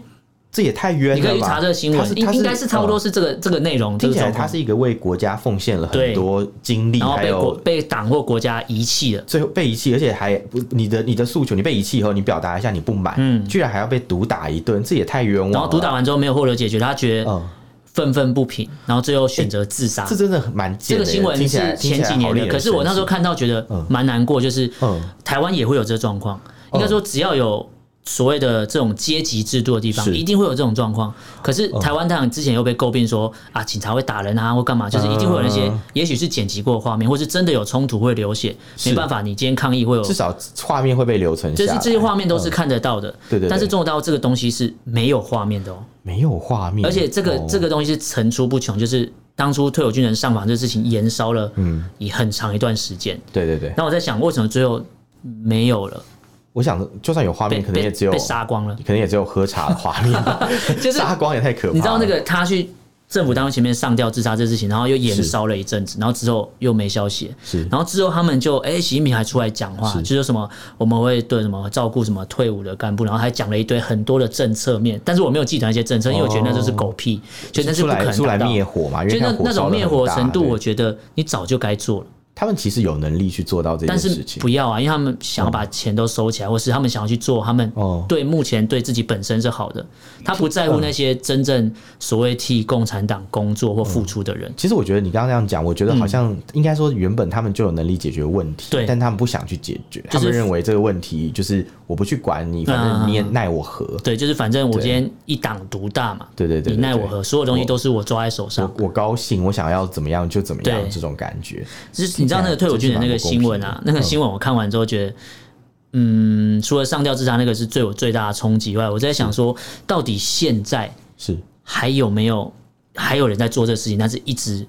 Speaker 2: 这也太冤了
Speaker 1: 你
Speaker 2: 哦吧？
Speaker 1: 可以去查这个新
Speaker 2: 他是
Speaker 1: 闻，应
Speaker 2: 他
Speaker 1: 应该是差不多
Speaker 2: 嗯
Speaker 1: 是这个这个内容，这
Speaker 2: 听
Speaker 1: 个
Speaker 2: 起来
Speaker 1: 状
Speaker 2: 他
Speaker 1: 况，
Speaker 2: 是一个为国家奉献了
Speaker 1: 对
Speaker 2: 很多精力，
Speaker 1: 然后
Speaker 2: 还
Speaker 1: 被国
Speaker 2: 有
Speaker 1: 被党或国家遗弃了，
Speaker 2: 最后被遗弃，而且还不你的你的诉求，你被遗弃以后，你表达一下你不满，
Speaker 1: 嗯
Speaker 2: 居然还要被毒打一顿，这也太冤枉了。
Speaker 1: 然后毒打，完之后没有获得解决，他觉得
Speaker 2: 嗯，哎
Speaker 1: 愤愤不平，然后最后选择自杀
Speaker 2: 这。真的很蛮
Speaker 1: 这
Speaker 2: 贱
Speaker 1: 个
Speaker 2: 的。
Speaker 1: 新闻
Speaker 2: 听
Speaker 1: 是
Speaker 2: 起来
Speaker 1: 前几年的，可是我那时候，看到觉得蛮难过，就是
Speaker 2: 嗯
Speaker 1: 台湾也会有这状况。应该说，只要有所谓的这种阶级制度的地方，
Speaker 2: 是
Speaker 1: 一定会有这种状况。可是台湾当然之前又被诟病说啊，警察会打人啊，或干嘛，就是一定会有那些
Speaker 2: 嗯，
Speaker 1: 也许是剪辑过的画面，或是真的有冲突会流血，没办法，你今天抗议会有
Speaker 2: 听起来好令人生气至。少画面会被留存下
Speaker 1: 就
Speaker 2: 来，
Speaker 1: 是这些画面都是看得到的，
Speaker 2: 对对对
Speaker 1: 但是中国大陆这个东西是没有画面的哦，
Speaker 2: 没有画面，
Speaker 1: 而且这个、
Speaker 2: 哦
Speaker 1: 这个东西是层出不穷，就是当初退伍军人上访这事情延烧了，嗯，以很长一段时间。
Speaker 2: 对对对，
Speaker 1: 那我在想，为什么最后没有了？
Speaker 2: 我想就算有画
Speaker 1: 被
Speaker 2: 面，可能
Speaker 1: 被
Speaker 2: 也只有
Speaker 1: 被杀光了。
Speaker 2: 可能也只有喝茶的画面吧，
Speaker 1: 就是
Speaker 2: 杀啊光也太可怕了。
Speaker 1: 你知道那个他去政府单位前面上吊自杀这事情，然后又延烧了一阵子，然后之后又没消息。
Speaker 2: 是
Speaker 1: 然后之后他们就哎、习近平还出来讲话，
Speaker 2: 是
Speaker 1: 就说什么我们会对什么照顾什么退伍的干部，然后还讲了一堆很多的政策面，但是我没有记得那些政策，因为我觉得那就是狗屁，就那是
Speaker 2: 哦
Speaker 1: 不
Speaker 2: 出
Speaker 1: 可
Speaker 2: 来
Speaker 1: 能
Speaker 2: 出来
Speaker 1: 达到
Speaker 2: 灭火嘛，因
Speaker 1: 就
Speaker 2: 为
Speaker 1: 那
Speaker 2: 它火
Speaker 1: 那
Speaker 2: 烧
Speaker 1: 种
Speaker 2: 得
Speaker 1: 灭
Speaker 2: 很
Speaker 1: 火
Speaker 2: 大
Speaker 1: 程度，
Speaker 2: 对
Speaker 1: 我觉得你早就该做了。
Speaker 2: 他们其实有能力去做到这件
Speaker 1: 但
Speaker 2: 事
Speaker 1: 是
Speaker 2: 情
Speaker 1: 不。要啊，因为他们想要把钱都收起来，或是他们想要去做他们
Speaker 2: 哦
Speaker 1: 对目前对自己本身是好的，他不在乎那些真正所谓替共产党工作或付出的人。
Speaker 2: 其实我觉得你刚刚那样讲，我觉得好像应该说原本他们就有能力解决问题，
Speaker 1: 嗯对
Speaker 2: 但他们不想去解决，
Speaker 1: 是嗯
Speaker 2: 他们认为这个问题就是我不去管你，反正你也奈我何。
Speaker 1: 对，就是反正我今天一党独大嘛，
Speaker 2: 对对对对
Speaker 1: 你奈我何，所有东西都是我抓在手上。
Speaker 2: 我我高兴，我想要怎么样就怎么样，
Speaker 1: 对
Speaker 2: 这种感觉。
Speaker 1: 就是你知道那个退伍军人那个新闻啊，那
Speaker 2: 真是蛮不公平的
Speaker 1: 个
Speaker 2: 嗯
Speaker 1: 新闻我看完之后觉得，嗯，除了上吊自杀那个是最有最大的冲击以外，我在想说，到底现在
Speaker 2: 是
Speaker 1: 还有没有还有人在做这个事情，但是一直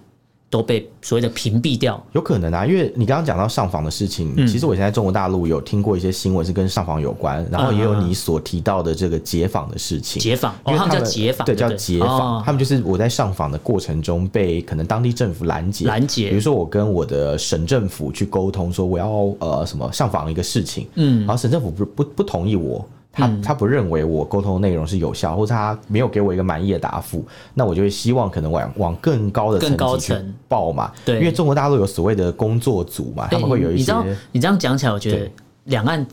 Speaker 1: 都被所谓的屏蔽掉？
Speaker 2: 有可能啊，因为你刚刚讲到上访的事情，
Speaker 1: 嗯
Speaker 2: 其实我现在中国大陆有听过一些新闻是跟上访有关，然后也
Speaker 1: 嗯
Speaker 2: 有你所提到的这个解访的事情。
Speaker 1: 解访，哦，
Speaker 2: 因为
Speaker 1: 他们叫
Speaker 2: 们
Speaker 1: 解访，
Speaker 2: 对，叫
Speaker 1: 不
Speaker 2: 解访。
Speaker 1: 哦
Speaker 2: 他们就是我在上访的过程中被可能当地政府拦截，
Speaker 1: 拦截
Speaker 2: 比如说我跟我的省政府去沟通，说我要呃什么上访一个事情，嗯，然后省政府不不不同意我。他
Speaker 1: 嗯
Speaker 2: 他不认为我沟通的内容是有效，或者他没有给我一个满意的答复，那我就会希望可能往往更高的
Speaker 1: 更
Speaker 2: 层
Speaker 1: 高
Speaker 2: 级去
Speaker 1: 层
Speaker 2: 报嘛。
Speaker 1: 对
Speaker 2: 因为中国大陆有所谓的工作组嘛，他们
Speaker 1: 哎
Speaker 2: 会有一
Speaker 1: 你知
Speaker 2: 些
Speaker 1: 道，你这样讲起来，我觉得
Speaker 2: 对
Speaker 1: 两岸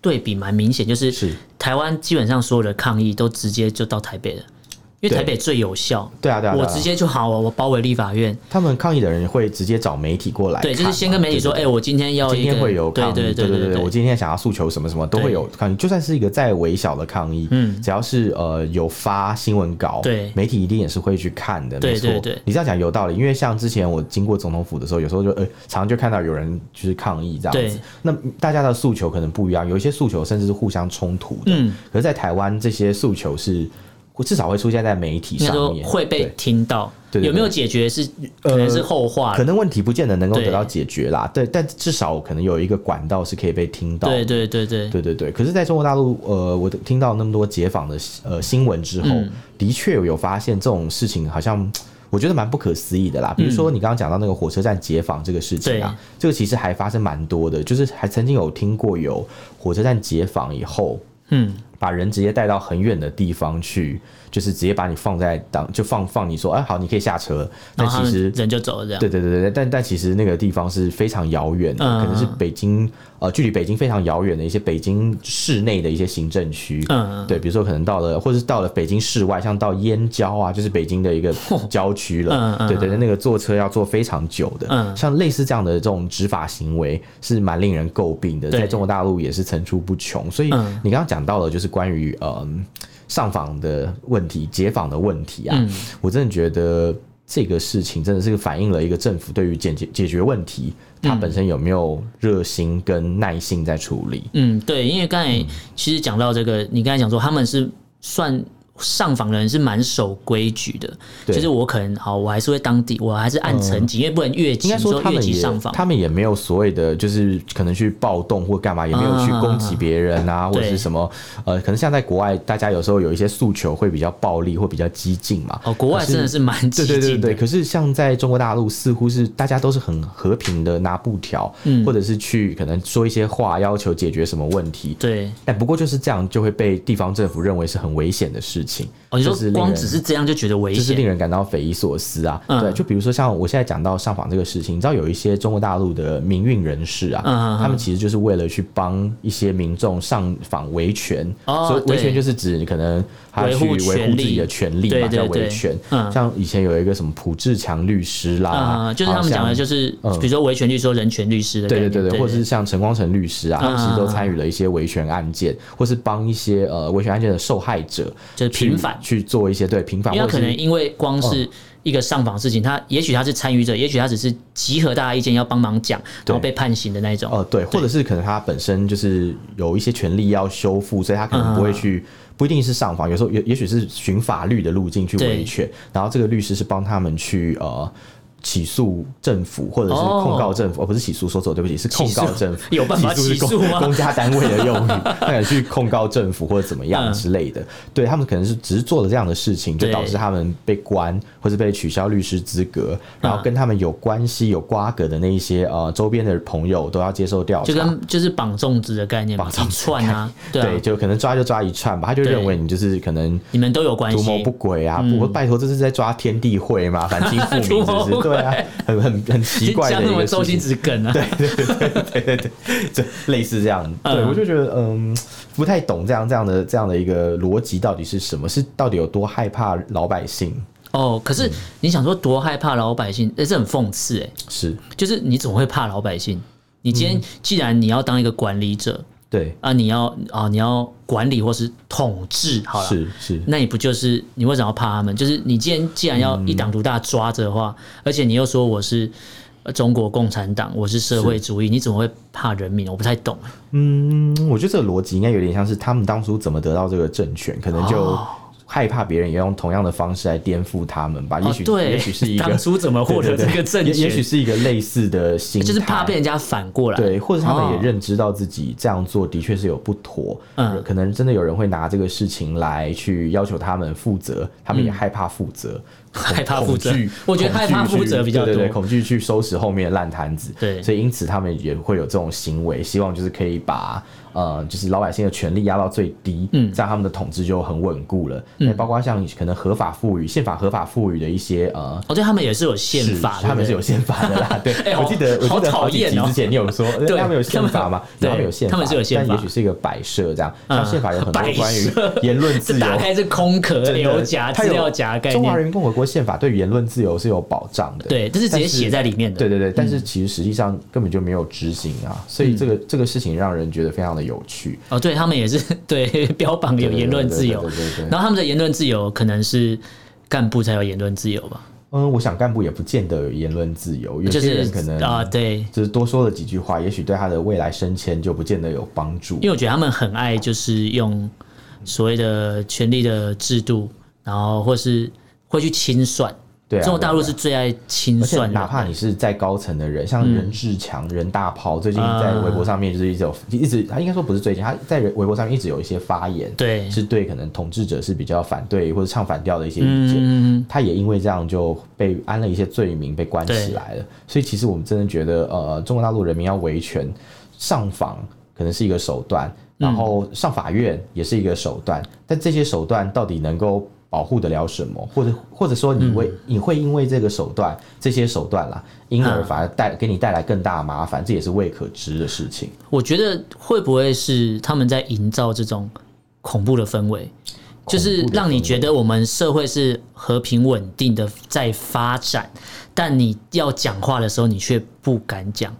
Speaker 1: 对比蛮明显，就是
Speaker 2: 是
Speaker 1: 台湾基本上所有的抗议都直接就到台北了，因为
Speaker 2: 对
Speaker 1: 台北最有效。
Speaker 2: 对啊对啊，对
Speaker 1: 我
Speaker 2: 啊
Speaker 1: 直接就好，我我包围立法院，
Speaker 2: 他们抗议的人会直接找媒体过来看
Speaker 1: 对，
Speaker 2: 嘛，
Speaker 1: 就是先跟媒体说，哎，我今天要
Speaker 2: 今
Speaker 1: 一个，
Speaker 2: 天会有
Speaker 1: 对
Speaker 2: 抗议，
Speaker 1: 对
Speaker 2: 对
Speaker 1: 对
Speaker 2: 对我今天想要诉求什么什么都
Speaker 1: 对
Speaker 2: 会有抗议，就算是一个再微小的抗议，嗯，只要是呃有发新闻稿，
Speaker 1: 对
Speaker 2: 媒体一定也是会去看的，
Speaker 1: 对
Speaker 2: 没错
Speaker 1: 对对
Speaker 2: 你这样讲有道理，因为像之前我经过总统府的时候，有时候就呃常常就看到有人就是抗议这样子
Speaker 1: 对，
Speaker 2: 那大家的诉求可能不一样，有一些诉求甚至是互相冲突的，
Speaker 1: 嗯，
Speaker 2: 可是在台湾这些诉求是。至少会出现在媒体
Speaker 1: 应该
Speaker 2: 上
Speaker 1: 说
Speaker 2: 面，
Speaker 1: 会被
Speaker 2: 对
Speaker 1: 听到，
Speaker 2: 对对对呃
Speaker 1: 有没有解决是可能是后话
Speaker 2: 可
Speaker 1: 了，
Speaker 2: 能问题不见得能够
Speaker 1: 对
Speaker 2: 得到解决啦，对，但至少可能有一个管道是可以被听到的。
Speaker 1: 对对对对，
Speaker 2: 对对对，可是在中国大陆，呃，我听到那么多解访的呃新闻之后，的确有发现这种事情好像。我觉得蛮不可思议的啦，比如说你刚刚讲到那个火车站解访这个事情啊，这个其实还发生蛮多的，就是还曾经有听过有火车站解访以后，
Speaker 1: 嗯，
Speaker 2: 把人直接带到很远的地方去，就是直接把你放在当就放放你说，哎、好，你可以下车，但
Speaker 1: 然后他
Speaker 2: 其
Speaker 1: 们
Speaker 2: 实
Speaker 1: 人就走了这样，
Speaker 2: 对对对对，但但其实那个地方是非常遥远的，
Speaker 1: 嗯
Speaker 2: 可能是北京呃，距离北京非常遥远的一些北京市内的一些行政区。
Speaker 1: 嗯嗯
Speaker 2: 对，比如说可能到了，或是到了北京市外，像到燕郊啊，就是北京 的一个郊区了。
Speaker 1: 嗯嗯
Speaker 2: 对对对，那个坐车要坐非常久的。
Speaker 1: 嗯
Speaker 2: 像类似这样的这种执法行为是蛮令人诟病的，
Speaker 1: 对
Speaker 2: 在中国大陆也是层出不穷。所以
Speaker 1: 嗯
Speaker 2: 你刚刚讲到了，就是关于嗯。上访的问题、解访的问题啊，
Speaker 1: 嗯
Speaker 2: 我真的觉得这个事情真的是反映了一个政府对于解决解决问题，它本身有没有热心跟耐心在处理。
Speaker 1: 嗯，对，因为刚才其实讲到这个，你刚才讲说他们是算上访的人是蛮守规矩的，
Speaker 2: 对嗯
Speaker 1: 就是我可能好，我还是会当地，我还是按层级，因为不能越级，
Speaker 2: 应该说他
Speaker 1: 越
Speaker 2: 们
Speaker 1: 级
Speaker 2: 也
Speaker 1: 上访，
Speaker 2: 他们也没有所谓的，就是可能去暴动或干嘛，也没有去攻击别人啊，或者
Speaker 1: 对
Speaker 2: 是什么呃，可能像在国外，大家有时候有一些诉求会比较暴力或比较激进嘛。
Speaker 1: 哦，国外真的是蛮激进
Speaker 2: 对对
Speaker 1: 的，
Speaker 2: 对对，可是像在中国大陆，似乎是大家都是很和平的拿布条，
Speaker 1: 嗯
Speaker 2: 或者是去可能说一些话，要求解决什么问题。
Speaker 1: 对
Speaker 2: 但不过就是这样，就会被地方政府认为是很危险的事情。
Speaker 1: 哦，你
Speaker 2: 就
Speaker 1: 说
Speaker 2: 是令
Speaker 1: 光
Speaker 2: 人
Speaker 1: 只是这样就觉得危
Speaker 2: 就是
Speaker 1: 险，
Speaker 2: 令人感到匪夷所思啊！
Speaker 1: 嗯
Speaker 2: 对，就比如说像我现在讲到上访这个事情，你知道有一些中国大陆的民运人士啊，
Speaker 1: 嗯嗯嗯
Speaker 2: 他们其实就是为了去帮一些民众上访维权，
Speaker 1: 哦
Speaker 2: 所以维权
Speaker 1: 对
Speaker 2: 就是指可能他
Speaker 1: 维
Speaker 2: 去
Speaker 1: 护
Speaker 2: 维
Speaker 1: 权
Speaker 2: 护自
Speaker 1: 利
Speaker 2: 己的权利嘛，
Speaker 1: 对对
Speaker 2: 叫维
Speaker 1: 对
Speaker 2: 权。
Speaker 1: 嗯
Speaker 2: 像以前有一个什么朴志强律师啦，
Speaker 1: 啊、就是他们
Speaker 2: 好像嗯
Speaker 1: 讲的，就是比如说维权律师、说人权律师的概
Speaker 2: 对对
Speaker 1: 念，
Speaker 2: 对对，或者是像陈光诚律师啊，他们其实都
Speaker 1: 啊
Speaker 2: 参与了一些维权案件，或是帮一些呃维权案件的受害者
Speaker 1: 就是
Speaker 2: 去
Speaker 1: 平反
Speaker 2: 去做一些对平反，
Speaker 1: 因为
Speaker 2: 或
Speaker 1: 他可
Speaker 2: 者
Speaker 1: 能
Speaker 2: 是嗯
Speaker 1: 因为光是一个上访事情，他也许他是参与者，也许他只是集合大家意见要帮忙讲，然后
Speaker 2: 对
Speaker 1: 被判刑的那一种。
Speaker 2: 呃对，或者是可能他本身就是有一些权利要修复，所以他可能不会
Speaker 1: 嗯
Speaker 2: 去。不一定是上访，有时候也也许是循法律的路径去维
Speaker 1: 对
Speaker 2: 权，然后这个律师是帮他们去呃起诉政府，或者是
Speaker 1: 哦
Speaker 2: 控告政府，哦不是起诉，说错，对不起，是控告
Speaker 1: 起诉
Speaker 2: 政府。
Speaker 1: 有办法
Speaker 2: 起
Speaker 1: 起诉
Speaker 2: 是
Speaker 1: 吗
Speaker 2: 公公家单位的用语，那也去控告政府或者怎么样之类的。对他们可能是只是做了这样的事情，
Speaker 1: 嗯
Speaker 2: 就
Speaker 1: 对
Speaker 2: 导致他们被关或是被取消律师资格，然后跟他们有关系、有瓜葛的那一些呃周边的朋友都要接受调查。
Speaker 1: 就跟就是绑粽子的概念嘛，
Speaker 2: 绑粽
Speaker 1: 一串啊，对啊
Speaker 2: 对，，就可能抓就抓一串吧，他就
Speaker 1: 对
Speaker 2: 认为你就是可能
Speaker 1: 你们都有关
Speaker 2: 图谋
Speaker 1: 系
Speaker 2: 不，轨啊！不过拜托，这是在抓天地会嘛，反清复
Speaker 1: 图
Speaker 2: 明是
Speaker 1: 谋
Speaker 2: 不是？
Speaker 1: 不轨
Speaker 2: 对啊，很很很奇怪的
Speaker 1: 讲
Speaker 2: 一
Speaker 1: 什么
Speaker 2: 个
Speaker 1: 周
Speaker 2: 事
Speaker 1: 星
Speaker 2: 情。
Speaker 1: 驰梗啊？
Speaker 2: 对对对对对对，这类似这样，对
Speaker 1: 嗯
Speaker 2: 我就觉得嗯，不太懂这样这样的这样的一个逻辑到底是什么？是到底有多害怕老百姓？
Speaker 1: 哦，可
Speaker 2: 嗯
Speaker 1: 是你想说多害怕老百姓？哎、这很讽刺哎、
Speaker 2: 是
Speaker 1: 就是你总会怕老百姓。你今
Speaker 2: 嗯
Speaker 1: 天既然你要当一个管理者
Speaker 2: 对，
Speaker 1: 啊，你要啊你要管理或是统治好了，
Speaker 2: 是是，
Speaker 1: 那你不就是你为什么要怕他们？就是你既然既然要一党独大抓着的话，而且你又说我是呃中国共产党，我是社会主义，你怎么会怕人民？我不太懂。
Speaker 2: 嗯，我觉得这个逻辑应该有点像是他们当初怎么得到这个政权，可能就
Speaker 1: 哦
Speaker 2: 害怕别人也用同样的方式来颠覆他们吧。也
Speaker 1: 哦
Speaker 2: 许，
Speaker 1: 对，
Speaker 2: 也许是一个
Speaker 1: 当初怎么获得
Speaker 2: 对对
Speaker 1: 这
Speaker 2: 对
Speaker 1: 个政
Speaker 2: 也
Speaker 1: 权？
Speaker 2: 也许是一个类似的心态，
Speaker 1: 就是怕被人家反过来。
Speaker 2: 对，或者他们也
Speaker 1: 哦
Speaker 2: 认知到自己这样做的确是有不妥，呃
Speaker 1: 嗯
Speaker 2: 可能真的有人会拿这个事情来去要求他们负责，他
Speaker 1: 嗯
Speaker 2: 们也害怕负责，恐
Speaker 1: 害怕负责
Speaker 2: 恐惧
Speaker 1: 我觉得害怕
Speaker 2: 恐
Speaker 1: 负
Speaker 2: 惧
Speaker 1: 责比较
Speaker 2: 对对对
Speaker 1: 多
Speaker 2: 恐惧去收拾后面的烂摊子，
Speaker 1: 对
Speaker 2: 所以因此他们也会有这种行为，希望就是可以把。呃，就是老百姓的权利压到最低，
Speaker 1: 嗯
Speaker 2: 这样他们的统治就很稳固了。那、包括像可能合法赋予、宪法合法赋予的一些呃
Speaker 1: 哦，对他们也是有宪
Speaker 2: 是
Speaker 1: 法，
Speaker 2: 他们
Speaker 1: 对
Speaker 2: 是有
Speaker 1: 不对
Speaker 2: 宪法的啦。对，
Speaker 1: 哎
Speaker 2: 我
Speaker 1: 好
Speaker 2: 记得我
Speaker 1: 好
Speaker 2: 记得
Speaker 1: 讨
Speaker 2: 好几
Speaker 1: 厌
Speaker 2: 集
Speaker 1: 哦
Speaker 2: 之前你有 说，哎
Speaker 1: 对
Speaker 2: 他们有宪法嘛？
Speaker 1: 他们
Speaker 2: 有他们有宪法，
Speaker 1: 他们是有宪法
Speaker 2: 但也许是一个摆设这样。像宪法有很多
Speaker 1: 摆
Speaker 2: 关于
Speaker 1: 设
Speaker 2: 言论 自
Speaker 1: 这
Speaker 2: 由。
Speaker 1: 打开是空壳
Speaker 2: 真的
Speaker 1: 留夹
Speaker 2: 它
Speaker 1: 资
Speaker 2: 有
Speaker 1: 料夹的概
Speaker 2: 中华
Speaker 1: 念，
Speaker 2: 人民共和国宪法对言论自由是有保障的。嗯
Speaker 1: 对，这是直接
Speaker 2: 但是
Speaker 1: 写在里面的。
Speaker 2: 对对对，但是其实实际上根本就没有执行啊，所以这个这个事情让人觉得非常的有趣。
Speaker 1: 哦，对他们也是对标榜有
Speaker 2: 对对
Speaker 1: 言论自由
Speaker 2: 对对对对对，
Speaker 1: 然后他们的言论自由可能是干部才有言论自由吧，
Speaker 2: 嗯，我想干部也不见得有言论自由，有
Speaker 1: 就
Speaker 2: 些
Speaker 1: 是
Speaker 2: 人可能
Speaker 1: 啊、对，
Speaker 2: 就是多说了几句话，也许对他的未来升迁就不见得有帮助
Speaker 1: 因。为我觉得他们很爱就是用所谓的权力的制度，然后或是会去清算。
Speaker 2: 对啊，
Speaker 1: 中国大陆
Speaker 2: 对啊
Speaker 1: 是最爱清
Speaker 2: 而且
Speaker 1: 算的，
Speaker 2: 哪怕你是在高层的人，像任志强、任大炮，最近在微博上面就是一直有、一直，他应该说不是最近，他在微博上面一直有一些发言，
Speaker 1: 对
Speaker 2: 是对可能统治者是比较反对或者唱反调的一些意见。
Speaker 1: 嗯
Speaker 2: 他也因为这样就被安了一些罪名，被关起来了。所以其实我们真的觉得，呃，中国大陆人民要维权，上访可能是一个手段，然后上法院也是一个手段，但这些手段到底能够保护得了什么？或者或者说你会、
Speaker 1: 嗯
Speaker 2: 你会因为这个手段这些手段啦，因
Speaker 1: 啊
Speaker 2: 而反而带、给你带来更大的麻烦，这也是未可知的事情。
Speaker 1: 我觉得会不会是他们在营造这种恐怖的氛围，就是让你觉得我们社会是和平稳定的在发展，但你要讲话的时候，你却不敢讲。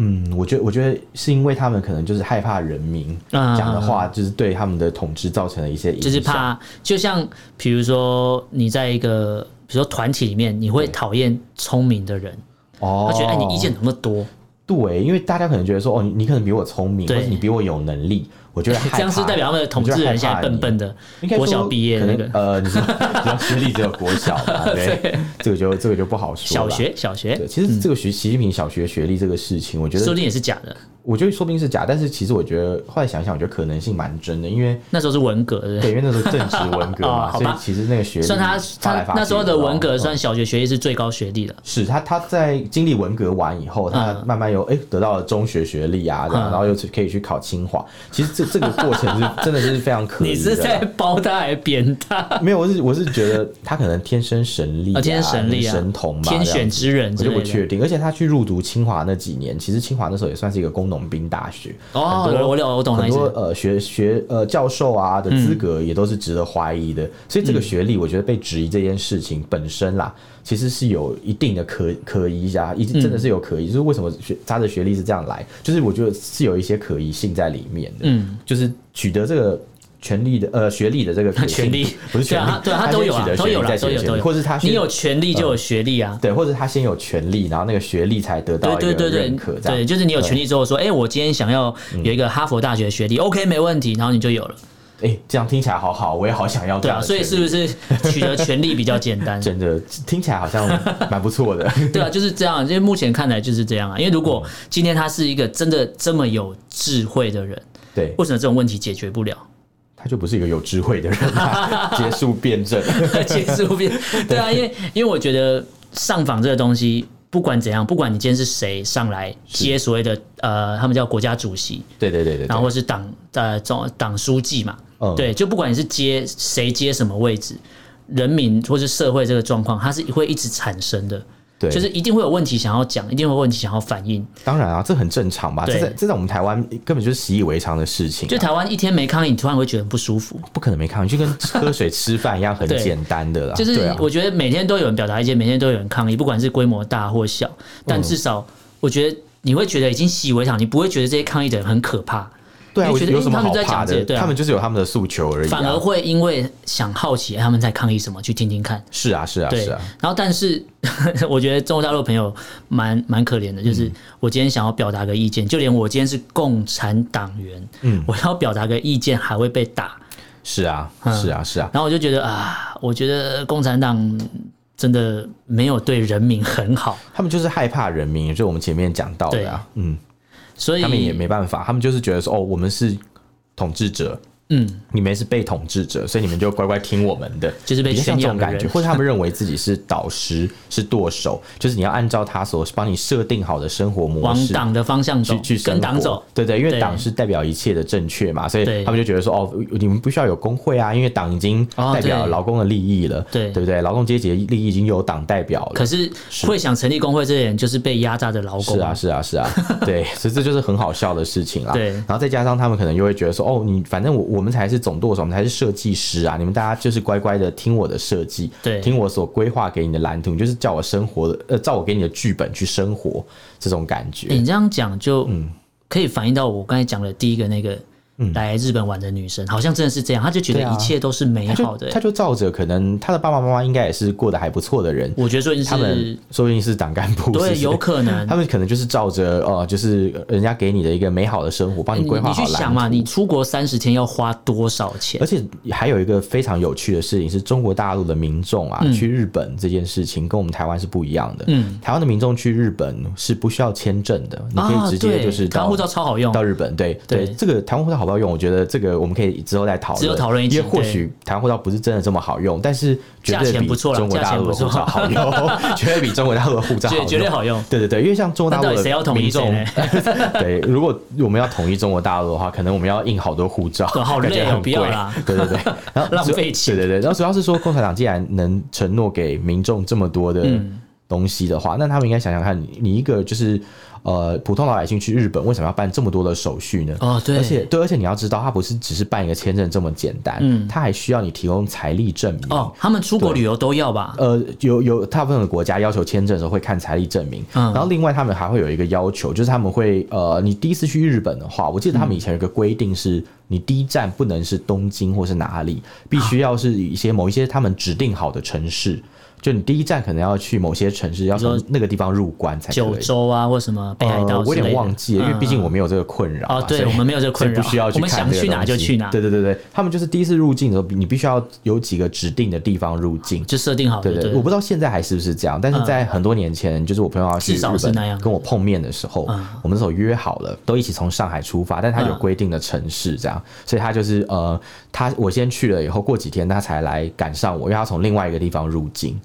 Speaker 2: 嗯，我觉得我觉得是因为他们可能就是害怕人民
Speaker 1: 嗯
Speaker 2: 讲的话，就是对他们的统治造成了一些影响，
Speaker 1: 就是怕，就像比如说你在一个，比如说团体里面，你会讨厌聪明的人，
Speaker 2: 哦，
Speaker 1: 他觉得哎你意见怎么那么多，
Speaker 2: 对，因为大家可能觉得说，哦，你你可能比我聪明，或
Speaker 1: 对
Speaker 2: 者你比我有能力，我 觉得害怕。
Speaker 1: 这样是代表他们的统治人现在笨笨
Speaker 2: 的。
Speaker 1: 的
Speaker 2: 应该，说
Speaker 1: 国小毕业的那个
Speaker 2: 可能呃，你说你说实力只有国小 嘛？对，这个就这个就不好 说
Speaker 1: 小
Speaker 2: 了。
Speaker 1: 学小学
Speaker 2: 对，，其实这个学习近平小学学历这个事情，我觉
Speaker 1: 说不
Speaker 2: 得
Speaker 1: 定也是假的，
Speaker 2: 我觉得说不定是假，但是其实我觉得后来想想，我觉得可能性蛮真的，因为
Speaker 1: 那时候是文革，对不 对？
Speaker 2: 对，因为那时候正值文革
Speaker 1: 哦
Speaker 2: 嘛，
Speaker 1: 好
Speaker 2: 所以
Speaker 1: 吧
Speaker 2: 其实那个学历
Speaker 1: 算他
Speaker 2: 发来
Speaker 1: 他
Speaker 2: 发去
Speaker 1: 那时候的文革
Speaker 2: 嗯
Speaker 1: 算小学学历是最高学历了。
Speaker 2: 是他，他在经历文革完以后，他
Speaker 1: 嗯
Speaker 2: 慢慢又哎、得到了中学学历啊，这样
Speaker 1: 嗯
Speaker 2: 然后又去可以去考清华。其实这这个过程是 真的是非常可
Speaker 1: 你
Speaker 2: 疑
Speaker 1: 是
Speaker 2: 的
Speaker 1: 在
Speaker 2: 啦。
Speaker 1: 包他还扁他？
Speaker 2: 没有，我是我是觉得他可能天生神力、啊，
Speaker 1: 啊天生神力啊
Speaker 2: 神童嘛，
Speaker 1: 天
Speaker 2: 这样
Speaker 1: 选
Speaker 2: 子
Speaker 1: 之人
Speaker 2: 我
Speaker 1: 之
Speaker 2: 就
Speaker 1: 类
Speaker 2: 不
Speaker 1: 的。
Speaker 2: 确定。而且他去入读清华那几年，其实清华那时候也算是一个工农兵大学，
Speaker 1: 哦
Speaker 2: 很多
Speaker 1: 我了我懂了
Speaker 2: 很
Speaker 1: 意思
Speaker 2: 多呃学学呃教授啊
Speaker 1: 嗯
Speaker 2: 的资格也都是值得怀疑的，所以这个学历我觉得被质疑这件事情本身啦，其实是有一定的可可疑啊，一
Speaker 1: 嗯
Speaker 2: 真的是有可疑，就是为什么学他的学历是这样来，就是我觉得是有一些可疑性在里面的，
Speaker 1: 嗯，
Speaker 2: 就是取得这个。权利的呃，学历的这个可信
Speaker 1: 权利
Speaker 2: 不是权利
Speaker 1: 对啊，对啊，他
Speaker 2: 先
Speaker 1: 都有啊
Speaker 2: 取得，
Speaker 1: 都
Speaker 2: 学历
Speaker 1: 有啦，
Speaker 2: 再
Speaker 1: 都
Speaker 2: 取得
Speaker 1: 有
Speaker 2: 学
Speaker 1: 都
Speaker 2: 历
Speaker 1: 有。
Speaker 2: 或是他先
Speaker 1: 你有权利就有学历啊。
Speaker 2: 对，或者他先有权利，然后那个学历才得
Speaker 1: 对
Speaker 2: 到一
Speaker 1: 对
Speaker 2: 个
Speaker 1: 对对
Speaker 2: 认可，这样嗯
Speaker 1: 对，就是你有权利之后说，哎，我今天想要有一个哈佛大学学历，OK，没问题，然后你就有了。
Speaker 2: 哎、这样听起来好好，我也好想要这
Speaker 1: 对
Speaker 2: 样
Speaker 1: 啊，
Speaker 2: 的
Speaker 1: 所以
Speaker 2: 权利
Speaker 1: 是不是取得权利比较简 单？
Speaker 2: 真的听起来好像 蛮不错的。
Speaker 1: 对啊，就是这样。因为目前看来就是这样啊。因为如果
Speaker 2: 嗯
Speaker 1: 今天他是一个真的这么有智慧的人，
Speaker 2: 对，
Speaker 1: 为什么这种问题解决不了？
Speaker 2: 他就不是一个有智慧的人、啊。结束辩证，
Speaker 1: 结束变对啊，因为因为我觉得上访这个东西，不管怎样，不管你今天是谁上来接所谓的呃，他们叫国家主席，
Speaker 2: 对对对对对，
Speaker 1: 然后或是党呃总党书记嘛，
Speaker 2: 嗯
Speaker 1: 对，就不管你是接谁接什么位置，人民或是社会这个状况，它是会一直产生的。
Speaker 2: 对
Speaker 1: 就是一定会有问题想要讲，一定会有问题想要反映。
Speaker 2: 当然啊，这很正常吧？
Speaker 1: 对
Speaker 2: 这在这在我们台湾根本就是习以为常的事情啊、啊
Speaker 1: 就台湾一天没抗议，你突然会觉得很不舒服。
Speaker 2: 不可能没看过，就跟喝水吃饭一样，很
Speaker 1: 对
Speaker 2: 简单的啦。
Speaker 1: 就
Speaker 2: 对
Speaker 1: 是
Speaker 2: 啊，
Speaker 1: 我觉得每天都有人表达意见，每天都有人抗议，不管是规模大或小，
Speaker 2: 嗯
Speaker 1: 但至少我觉得你会觉得已经习以为常，你不会觉得这些抗议的人很可怕，
Speaker 2: 对啊，
Speaker 1: 你
Speaker 2: 我
Speaker 1: 觉得
Speaker 2: 有什么
Speaker 1: 他们
Speaker 2: 好
Speaker 1: 在讲
Speaker 2: 怕
Speaker 1: 这
Speaker 2: 的？
Speaker 1: 个对啊
Speaker 2: 他们就是有他们的诉求而已、啊。
Speaker 1: 反而会因为想好奇哎他们在抗议什么，去听听看。
Speaker 2: 是啊，是啊，
Speaker 1: 对，
Speaker 2: 是啊，
Speaker 1: 然后但是 我觉得中国大陆朋友蛮蛮可怜的，
Speaker 2: 嗯
Speaker 1: 就是我今天想要表达个意见，就连我今天是共产党员，
Speaker 2: 嗯
Speaker 1: 我要表达个意见还会被打，
Speaker 2: 是啊，
Speaker 1: 嗯
Speaker 2: 是啊，是啊。
Speaker 1: 然后我就觉得啊，我觉得共产党真的没有对人民很好，
Speaker 2: 他们就是害怕人民，就是我们前面讲到的、啊，嗯，
Speaker 1: 所以
Speaker 2: 他们也没办法，他们就是觉得说，哦，我们是统治者，
Speaker 1: 嗯，
Speaker 2: 你们是被统治者，所以你们就乖乖听我们的，
Speaker 1: 就是被
Speaker 2: 比较像
Speaker 1: 宣
Speaker 2: 这
Speaker 1: 扬
Speaker 2: 种
Speaker 1: 的
Speaker 2: 感觉，
Speaker 1: 人
Speaker 2: 或者他们认为自己是导师， 是舵手，就是你要按照他所帮你设定好的生活模
Speaker 1: 往
Speaker 2: 式。
Speaker 1: 党的方向走
Speaker 2: 去去，生
Speaker 1: 跟党
Speaker 2: 活
Speaker 1: 走，，
Speaker 2: 对对，因
Speaker 1: 对
Speaker 2: 为党是代表一切的正确嘛，所以
Speaker 1: 对
Speaker 2: 他们就觉得说，哦，你们不需要有工会啊，因为党已经
Speaker 1: 哦
Speaker 2: 代表
Speaker 1: 对
Speaker 2: 劳工的利益了，
Speaker 1: 对
Speaker 2: 对不对？劳动阶级的利益已经有党代表了
Speaker 1: 可，是会想成立工会这些人，就是被压榨的劳工
Speaker 2: 是啊，，是啊，是啊， 对，所以这就是很好笑的事情啦。
Speaker 1: 对
Speaker 2: 然后再加上他们可能又会觉得说，哦，你反正我我们才是总舵手，我们才是设计师啊，你们大家就是乖乖的听我的设计，
Speaker 1: 对
Speaker 2: 听我所规划给你的蓝图，你就是叫我生活的，呃，照我给你的剧本去生活，这种感觉。
Speaker 1: 欸你这样讲就
Speaker 2: 嗯
Speaker 1: 可以反映到我刚才讲的第一个那个来日本玩的女生，好像真的是这样，她就觉得
Speaker 2: 对啊
Speaker 1: 一切都是美
Speaker 2: 他
Speaker 1: 好
Speaker 2: 就
Speaker 1: 的、
Speaker 2: 他就照着，可能他的爸爸妈妈应该也是过得还不错的人，
Speaker 1: 我觉得说你
Speaker 2: 他们
Speaker 1: 是
Speaker 2: 说不定是党干部，是不
Speaker 1: 对，
Speaker 2: 是
Speaker 1: 有可能。
Speaker 2: 他们可能就是照着呃，就是人家给你的一个美好的生活，帮
Speaker 1: 哎你
Speaker 2: 规划
Speaker 1: 你
Speaker 2: 好
Speaker 1: 去
Speaker 2: 蓝
Speaker 1: 想嘛，
Speaker 2: 图
Speaker 1: 你出国三十天要花多少钱
Speaker 2: 而？且还有一个非常有趣的事情是，中国大陆的民众啊、去日本这件事情跟我们台湾是不一样的。
Speaker 1: 嗯，
Speaker 2: 台湾的民众去日本是不需要签证的，你可以直
Speaker 1: 啊
Speaker 2: 接
Speaker 1: 对
Speaker 2: 就是
Speaker 1: 台
Speaker 2: 到、
Speaker 1: 湾护照超好用
Speaker 2: 到。日本。对
Speaker 1: 对
Speaker 2: 对这个台湾护照好不好用？我觉得这个我们可以之后再讨论，
Speaker 1: 之后讨论一集
Speaker 2: 因为或
Speaker 1: 对
Speaker 2: 许台湾护照不是真的这么好用，但是绝
Speaker 1: 价
Speaker 2: 对
Speaker 1: 钱
Speaker 2: 比
Speaker 1: 不错啦
Speaker 2: 中国
Speaker 1: 价
Speaker 2: 大
Speaker 1: 钱
Speaker 2: 陆的
Speaker 1: 不
Speaker 2: 护照好用，绝对比中国大陆的护照好
Speaker 1: 绝
Speaker 2: 用，
Speaker 1: 绝对好用
Speaker 2: 对对对，因为像中国大
Speaker 1: 那到
Speaker 2: 陆
Speaker 1: 底谁要
Speaker 2: 的
Speaker 1: 统一
Speaker 2: 民众
Speaker 1: 谁，
Speaker 2: 对，如果我们要统一中国大陆的话，可能我们要印好多护照，
Speaker 1: 对 好
Speaker 2: 感觉
Speaker 1: 累哦
Speaker 2: 很
Speaker 1: 不要
Speaker 2: 贵
Speaker 1: 啦。
Speaker 2: 对 对对，然后
Speaker 1: 浪
Speaker 2: 主
Speaker 1: 费钱
Speaker 2: 对对对，然后主要是说，共产党既然能承诺给民众这么多的
Speaker 1: 嗯
Speaker 2: 东西的话，那他们应该想想看，你你一个就是呃普通老百姓去日本，为什么要办这么多的手续呢？
Speaker 1: 哦，对，
Speaker 2: 而且对，而且你要知道，它不是只是办一个签证这么简单，嗯，它还需要你提供财力证明。
Speaker 1: 哦，他们出国旅游都要吧？
Speaker 2: 呃，有有大部分的国家要求签证的时候会看财力证明，
Speaker 1: 嗯
Speaker 2: 然后另外他们还会有一个要求，就是他们会呃，你第一次去日本的话，我记得他们以前有一个规定是，你第一站不能是东京或是哪里，必须要是一些某一些他们指定好的城市，就你第一站可能要去某些城市，要从那个地方入关才
Speaker 1: 九
Speaker 2: 可以。
Speaker 1: 嗯州啊，或什么北海道
Speaker 2: 呃，
Speaker 1: 之
Speaker 2: 我
Speaker 1: 类
Speaker 2: 有
Speaker 1: 的、嗯
Speaker 2: 点忘记了，因为毕竟我没有这个困扰嘛、
Speaker 1: 哦对
Speaker 2: 所以
Speaker 1: 我们没有这个困扰
Speaker 2: 所以不需要去
Speaker 1: 我们
Speaker 2: 看
Speaker 1: 想
Speaker 2: 这个
Speaker 1: 去哪
Speaker 2: 东
Speaker 1: 就
Speaker 2: 西
Speaker 1: 去哪
Speaker 2: 对对对对，他们就是第一次入境的时候，你必须要有几个指定的地方入境。
Speaker 1: 嗯就设定好的，嗯
Speaker 2: 对对，我不知道现在还是不是这样，但是在很多年前，就是我朋友要去
Speaker 1: 至
Speaker 2: 日
Speaker 1: 少是那样嗯
Speaker 2: 本跟我碰面的时候，我们那时候约好了，都一起从上海出发，但他有规定的城市这样，所以他就是呃，他我先去了以后，过几天他才来赶上我，因为他从另外一个地方入境。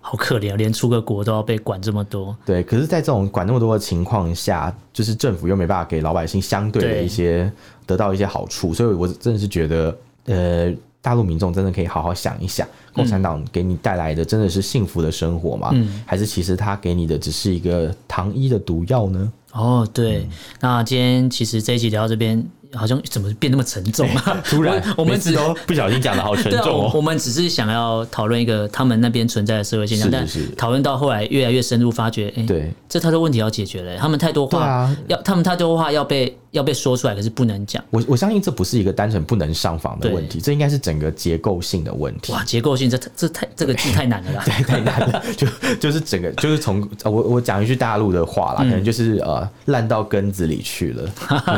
Speaker 1: 好可怜，连出个国都要被管这么多。
Speaker 2: 对，可是，在这种管那么多的情况下，就是政府又没办法给老百姓相对的
Speaker 1: 对
Speaker 2: 一些得到一些好处，所以我真的是觉得，呃，大陆民众真的可以好好想一想，共产党给你带来的真的是幸福的生活吗？还是其实他给你的只是一个糖衣的毒药呢？
Speaker 1: 哦，对，
Speaker 2: 嗯
Speaker 1: 那今天其实这一集聊到这边，好像怎么变那么沉重啊？
Speaker 2: 突然
Speaker 1: ，我们
Speaker 2: 每次
Speaker 1: 只
Speaker 2: 都不小心讲的好沉
Speaker 1: 对啊，
Speaker 2: 重
Speaker 1: 我
Speaker 2: 哦。
Speaker 1: 我们只是想要讨论一个他们那边存在的社会现象，
Speaker 2: 是
Speaker 1: 但
Speaker 2: 是
Speaker 1: 讨论到后来越来越深入，发觉，哎、
Speaker 2: 对，
Speaker 1: 这太多问题要解决了、他们太多话、
Speaker 2: 对啊
Speaker 1: 要，他们太多话要被要被说出来，可是不能讲。
Speaker 2: 我我相信这不是一个单纯不能上访的
Speaker 1: 对
Speaker 2: 问题，这应该是整个结构性的问题。
Speaker 1: 哇，结构性这这太这个字太难了 啦。
Speaker 2: 太难了，就就是整个就是从呃我我讲一句大陆的话啦，可能就是呃烂到根子里去了。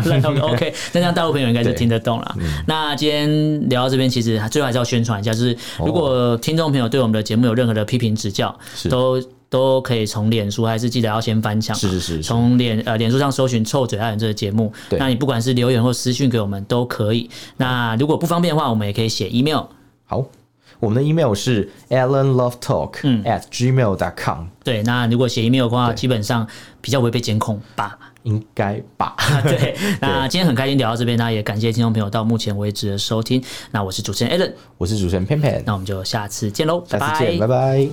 Speaker 1: 烂透 OK，那这样大陆朋友应该就听得懂了。
Speaker 2: 嗯
Speaker 1: 那今天聊到这边，其实最后还是要宣传一下，就是
Speaker 2: 哦
Speaker 1: 如果听众朋友对我们的节目有任何的批评指教，
Speaker 2: 是
Speaker 1: 都都可以从脸书，还是记得要先翻墙啊。
Speaker 2: 是是是是
Speaker 1: 从脸呃脸书上搜寻“臭嘴爱人”这个节目，
Speaker 2: 对
Speaker 1: 那你不管是留言或私讯给我们都可以。那如果不方便的话，我们也可以写 email。
Speaker 2: 好，我们的 email 是 allenlovetalk at gmail dot com，
Speaker 1: 对，那如果写 email 的话，
Speaker 2: 对
Speaker 1: 基本上比较不会被监控吧。
Speaker 2: 应该吧？
Speaker 1: 对，那今天很开心聊到这边，那也感谢听众朋友到目前为止的收听。那我是主持人 Alan，
Speaker 2: 我是主持人偏偏，
Speaker 1: 那我们就下次见喽，
Speaker 2: 下次见，拜拜。